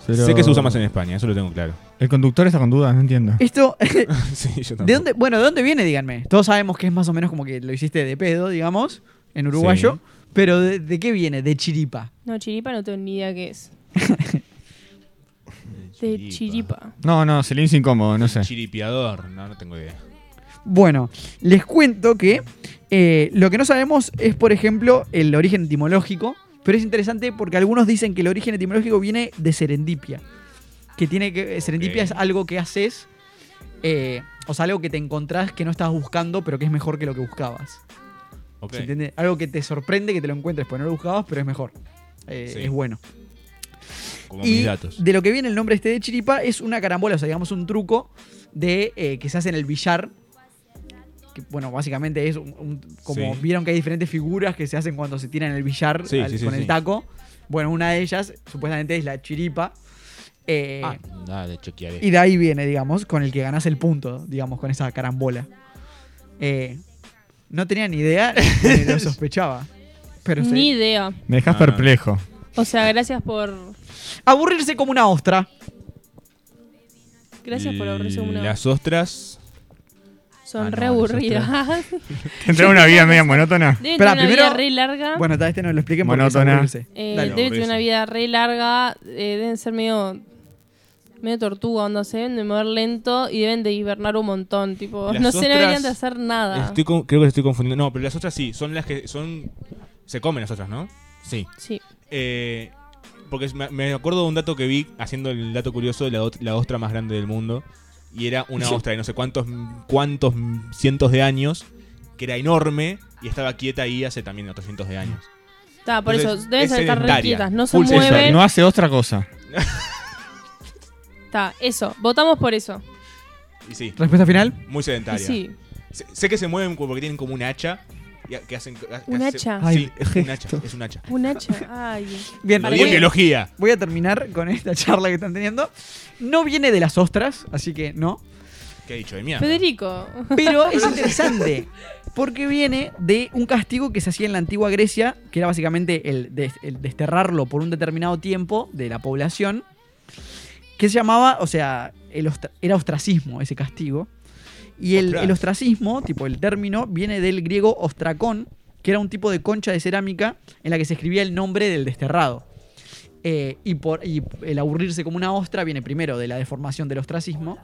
F: Sé que se usa más en España, eso lo tengo claro.
C: El conductor está con dudas, no entiendo.
D: Esto,
F: sí, yo tampoco.
D: ¿de dónde, bueno, ¿de dónde viene? Díganme. Todos sabemos que es más o menos como que lo hiciste de pedo, digamos, en uruguayo. Pero ¿de, de qué viene? De chiripa.
E: No, chiripa no tengo ni idea qué es. De chiripa.
C: No, no, se le hizo incómodo, no sé.
F: Chiripiador, no, no tengo idea.
D: Bueno, les cuento que eh, lo que no sabemos es, por ejemplo, el origen etimológico. Pero es interesante porque algunos dicen que el origen etimológico viene de serendipia. Que tiene que. eh, Serendipia
F: Ok.
D: es algo que haces. eh, o sea, algo que te encontrás que no estabas buscando, pero que es mejor que lo que buscabas.
F: Ok.
D: ¿Se entiende? Algo que te sorprende que te lo encuentres, porque no lo buscabas, pero es mejor. Eh,
F: Sí.
D: Es bueno.
F: Como
D: Y
F: mis datos.
D: de lo que viene el nombre este de chiripa es una carambola, o sea, digamos un truco de eh, que se hace en el billar. Que, bueno, básicamente es un- un- como
F: Sí.
D: vieron que hay diferentes figuras que se hacen cuando se tiran en el billar
F: Sí,
D: al-
F: sí, sí,
D: con el
F: sí.
D: taco. Bueno, una de ellas supuestamente es la chiripa. eh,
F: Ah, dale, chequearé.
D: y de ahí viene, digamos, con el que ganas el punto, digamos, con esa carambola. Eh, no tenía ni idea, ni lo sospechaba. Pero se-
E: Ni idea.
C: Me dejas
F: Ah.
C: perplejo.
E: O sea, gracias por.
D: Aburrirse como una ostra.
E: Gracias por abrirse una.
F: Las ostras
E: Son
F: Ah, no,
E: re
F: no, sos
E: aburridas.
C: Tendrá una vida media monótona.
E: Deben
D: Esperá,
E: tener una
D: primero-
E: vida re larga.
D: Bueno, tal este no lo expliquen porque
C: Monótona.
D: es aburrirse.
E: Eh,
D: Dale.
E: debe tener una vida re larga, eh, deben ser medio, medio tortuga, onda, se deben de mover lento y deben de hibernar un montón, tipo,
F: Las
E: no se
F: ostras-
E: deberían de hacer nada.
F: Estoy con- creo que estoy confundiendo. No, pero las otras sí, son las que son. Se comen las otras, ¿no? Sí.
E: Sí.
F: Eh, porque me, me acuerdo de un dato que vi haciendo el dato curioso de la, ot- la ostra más grande del mundo. Y era una ostra de no sé cuántos, cuántos cientos de años, que era enorme y estaba quieta ahí hace también otros cientos de años.
E: Está, por eso,
F: Entonces,
E: deben
F: es
E: de estar re
F: sedentaria.
E: quietas, no se
F: Full sedentaria.
E: mueven.
C: No hace otra cosa.
E: Está, eso, votamos por eso.
F: Y sí,
D: Respuesta final.
F: muy
E: Y
F: sedentaria.
E: sí,
F: Sé, sé que se mueven porque tienen como un hacha. y a- que hacen, a- que
E: ¿Un
F: hace-
E: hacha?
F: Sí,
D: Ay,
F: es un hacha.
D: gesto.
F: Es un hacha.
E: un hacha, ay.
D: Bien,
F: Lo
E: Para
F: di en
E: que-
F: biología.
D: voy a terminar con esta charla que están teniendo. No viene de las ostras, así que no.
F: ¿Qué he dicho de mierda?
E: Federico,
D: Pero es interesante. Porque viene de un castigo que se hacía en la antigua Grecia, que era básicamente el, des- el desterrarlo por un determinado tiempo de la población, que se llamaba, o sea, el ostra- era ostracismo ese castigo. Y el,
F: Ostras.
D: el ostracismo, tipo el término, viene del griego ostracón, que era un tipo de concha de cerámica en la que se escribía el nombre del desterrado. Eh, y, por, y el aburrirse como una ostra viene primero de la deformación del ostracismo,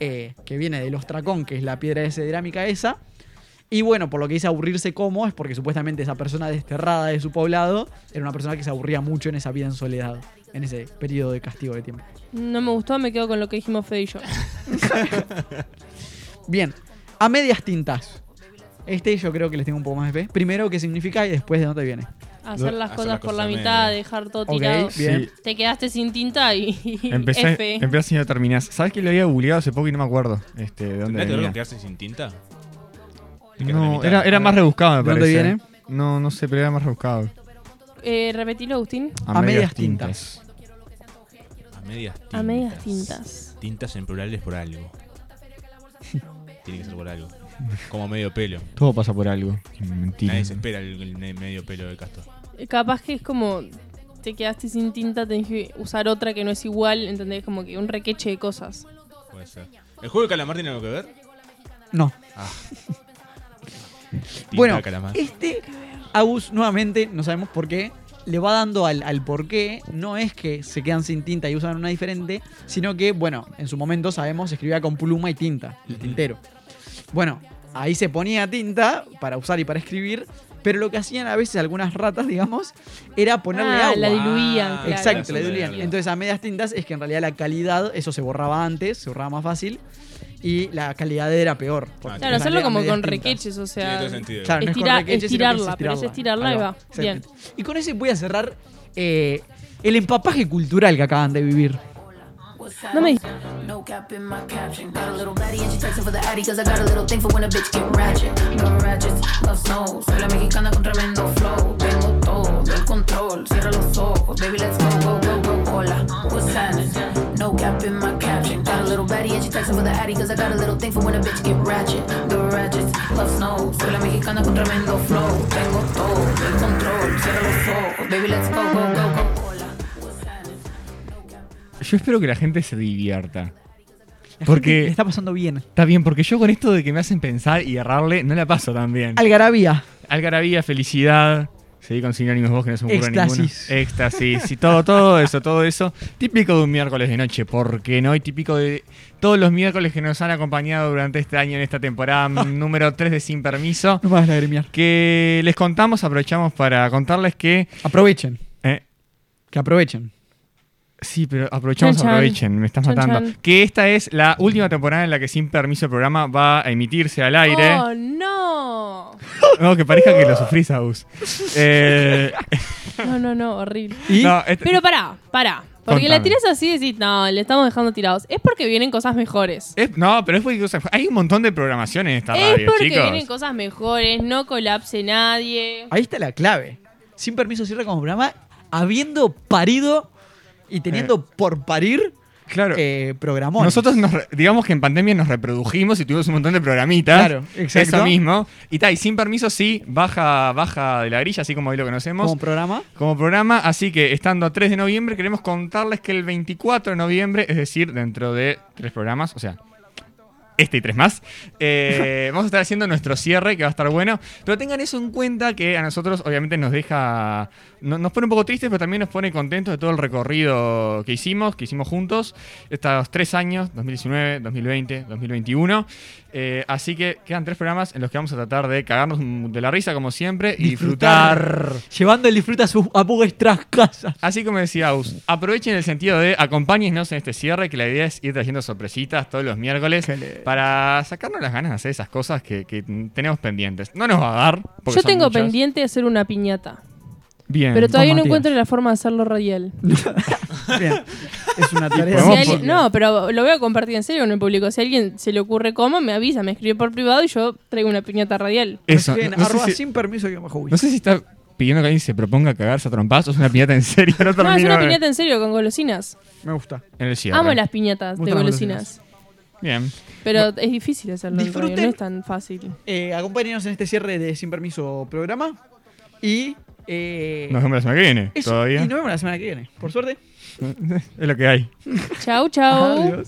D: eh, que viene del ostracón, que es la piedra de cerámica esa. Y bueno, por lo que dice aburrirse como es porque supuestamente esa persona desterrada de su poblado era una persona que se aburría mucho en esa vida en soledad, en ese periodo de castigo de tiempo.
E: no me gustó, me quedo con lo que dijimos Fede y yo.
D: Bien, a medias tintas. Este yo creo que les tengo un poco más de fe. Primero, qué significa y después de dónde viene.
E: Hacer las
F: Hacer
E: cosas
F: las
E: por
F: cosas
E: la
F: medio.
E: mitad, dejar todo
D: Ok,
E: tirado.
D: bien.
E: Te quedaste sin tinta y
C: Empecé, em-
E: F.
C: empezás y no terminás. ¿Sabes que lo había googleado hace poco y no me acuerdo? Este, ¿de dónde
F: ¿Tendrá que ver
C: venía?
F: con quedarse sin tinta? Te quedas a la
C: No,
F: mitad.
C: era, era más rebuscado, me
D: ¿De dónde
C: parece.
D: viene?
C: No, no sé, pero era más rebuscado.
E: Eh, repetilo, Agustín.
D: A medias tintas.
F: A medias tintas.
E: A medias tintas.
F: Tintas en plural es por algo. Tiene que ser por algo. Como medio pelo.
C: Todo pasa por algo. Mentira.
F: Nadie se espera el, el me- medio pelo de Castor.
E: Eh, Capaz que es como te quedaste sin tinta, tenés que usar otra que no es igual, ¿entendés? Como que un requeche de cosas.
F: Puede ser. ¿El juego de calamar tiene algo que ver?
D: No.
F: Tinta
D: bueno,
F: de calamar.
D: este Agus nuevamente, no sabemos por qué, le va dando al, al por qué. No es que se quedan sin tinta y usan una diferente, sino que, bueno, en su momento sabemos, se escribía con pluma y tinta, el tintero. Bueno, ahí se ponía tinta para usar y para escribir, pero lo que hacían a veces algunas ratas, digamos, era ponerle
E: Ah,
D: agua.
E: la diluían,
F: Ah,
E: claro.
D: Exacto,
F: la
D: la
F: diluían.
D: diluían. Entonces, a medias tintas es que en realidad la calidad, eso se borraba antes, se borraba más fácil, y la calidad era peor. porque
E: Claro,
D: en
E: hacerlo
D: realidad
E: como
D: medias
E: con
D: tintas.
E: requeches, o
F: Tiene
E: sea.
F: todo sentido.
D: Claro, no es
E: Estira-
D: correqueche, sino que
E: estirarla, pero es estirarla, ahí va.
D: Exactamente. Y con ese voy a cerrar eh, el empapaje cultural que acaban de vivir.
E: No me
J: No cap in my caption. Got a little baddie and she texting for the addy. Cause I got a little thing for when a bitch get ratchet. No ratchets, no snow. Soy la mexicana con tremendo flow. Tengo todo el control. Cierra los ojos. Baby, let's go, go, go, go. Hola, what's happening? No cap in my caption. Got a little baddie and she texting for the addy. Cause I got a little thing for when a bitch get ratchet. No ratchets, love snow. Soy la mexicana con tremendo flow. Tengo todo el control. Cierra los ojos. Baby, let's go, go, go, go. Hola, what's happening?
C: Yo espero que la gente se divierta.
D: La
C: Porque-
D: gente le está pasando bien.
C: Está bien, porque yo con esto de que me hacen pensar y errarle, no la paso tan bien.
D: Algarabía.
C: Algarabía, felicidad. Seguí con sinónimos vos que no se me ocurre
D: Éxtasis.
C: ninguno. Éxtasis. Y todo, todo eso, todo eso. Típico de un miércoles de noche, ¿por qué no? Y típico de todos los miércoles que nos han acompañado durante este año, en esta temporada número 3 de Sin Permiso.
D: No me vas a lagrimear.
C: Que les contamos, aprovechamos para contarles que.
D: Aprovechen.
C: eh,
D: Que aprovechen.
C: Sí, pero aprovechamos,
E: Chan, chan.
C: aprovechen, me estás
E: Chan,
C: matando.
E: chan.
C: Que esta es la última temporada en la que sin permiso el programa va a emitirse al aire.
E: ¡Oh, no!
C: No, que parezca que lo sufrís, Agus. Eh,
E: No, no, no, horrible.
C: ¿Y? no, este-
E: Pero pará, pará. Porque
C: Contame.
E: la tiras así y decís, no, le estamos dejando tirados. Es porque vienen cosas mejores.
C: es- no, pero es porque o sea, hay un montón de programación en esta
E: Es
C: radio,
E: porque
C: chicos.
E: vienen cosas mejores, no colapse nadie.
D: Ahí está la clave. Sin permiso cierra como programa, habiendo parido y teniendo por parir
C: Eh. Claro.
D: eh, programones.
C: Nosotros, nos re- digamos que en pandemia nos reprodujimos y tuvimos un montón de programitas.
D: Claro, exacto.
C: Eso mismo. Y tal, y sin permiso, sí, baja, baja de la grilla, así como hoy lo conocemos.
D: como programa.
C: como programa. Así que estando a 3 de noviembre, queremos contarles que el 24 de noviembre, es decir, dentro de tres programas, o sea, este y tres más. Eh, vamos a estar haciendo nuestro cierre, que va a estar bueno. Pero tengan eso en cuenta, que a nosotros obviamente nos deja... no- nos pone un poco tristes, pero también nos pone contentos de todo el recorrido que hicimos, que hicimos juntos, estos tres años, 2019, 2020, 2021. Eh, así que quedan tres programas en los que vamos a tratar de cagarnos de la risa, como siempre, y disfrutar.
D: Llevando el disfrute a sus apugues tras casa.
C: Así como decía Aus, aprovechen el sentido de acompáñennos en este cierre, que la idea es ir trayendo sorpresitas todos los miércoles para sacarnos las ganas de hacer esas cosas que, que tenemos pendientes. No nos va a dar. Porque son
E: Yo tengo
C: muchas. Eh,
E: pendiente hacer una piñata.
C: Bien.
E: Pero todavía no
D: Matías.
E: encuentro la forma de hacerlo radial.
D: Bien. Es una tarea.
E: Si
C: Podemos
E: alguien-
C: por-
E: no, pero lo voy a compartir en serio con el público. Si a alguien se le ocurre cómo, me avisa, me escribe por privado y yo traigo una piñata radial.
C: Eso.
D: Bien,
C: No, sé
D: arroba
C: si,
D: sin permiso que me jubilen.
C: no sé si está pidiendo que alguien se proponga cagarse a trompazos. Es una piñata en serio. No,
E: No, es
C: termino
E: una
C: de-
E: piñata en serio con golosinas.
D: Me gusta.
C: en el cierre.
E: Amo las piñatas de
D: Gustan las
E: golosinas.
C: Bien.
E: Pero es difícil hacerlo, en
D: Disfruten.
E: radio, no es tan fácil.
D: Eh, acompáñenos en este cierre de Sin Permiso programa. Y. eh,
C: Nos vemos la semana que viene.
D: eso.
C: Todavía.
D: Y nos vemos la semana que viene. Por suerte.
C: Es lo que hay.
E: Chau, chau.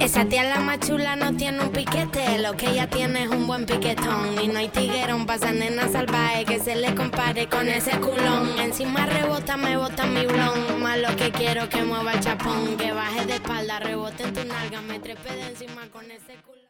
K: Esa tía la machula no tiene un piquete, lo que ella tiene es un buen piquetón. Y no hay tiguerón pa' esa nena salvaje que se le compare con ese culón. Encima rebota, me bota mi blon. Más lo que quiero que mueva el chapón, que baje de espalda, rebote en tu nalga, me trepe de encima con ese culón.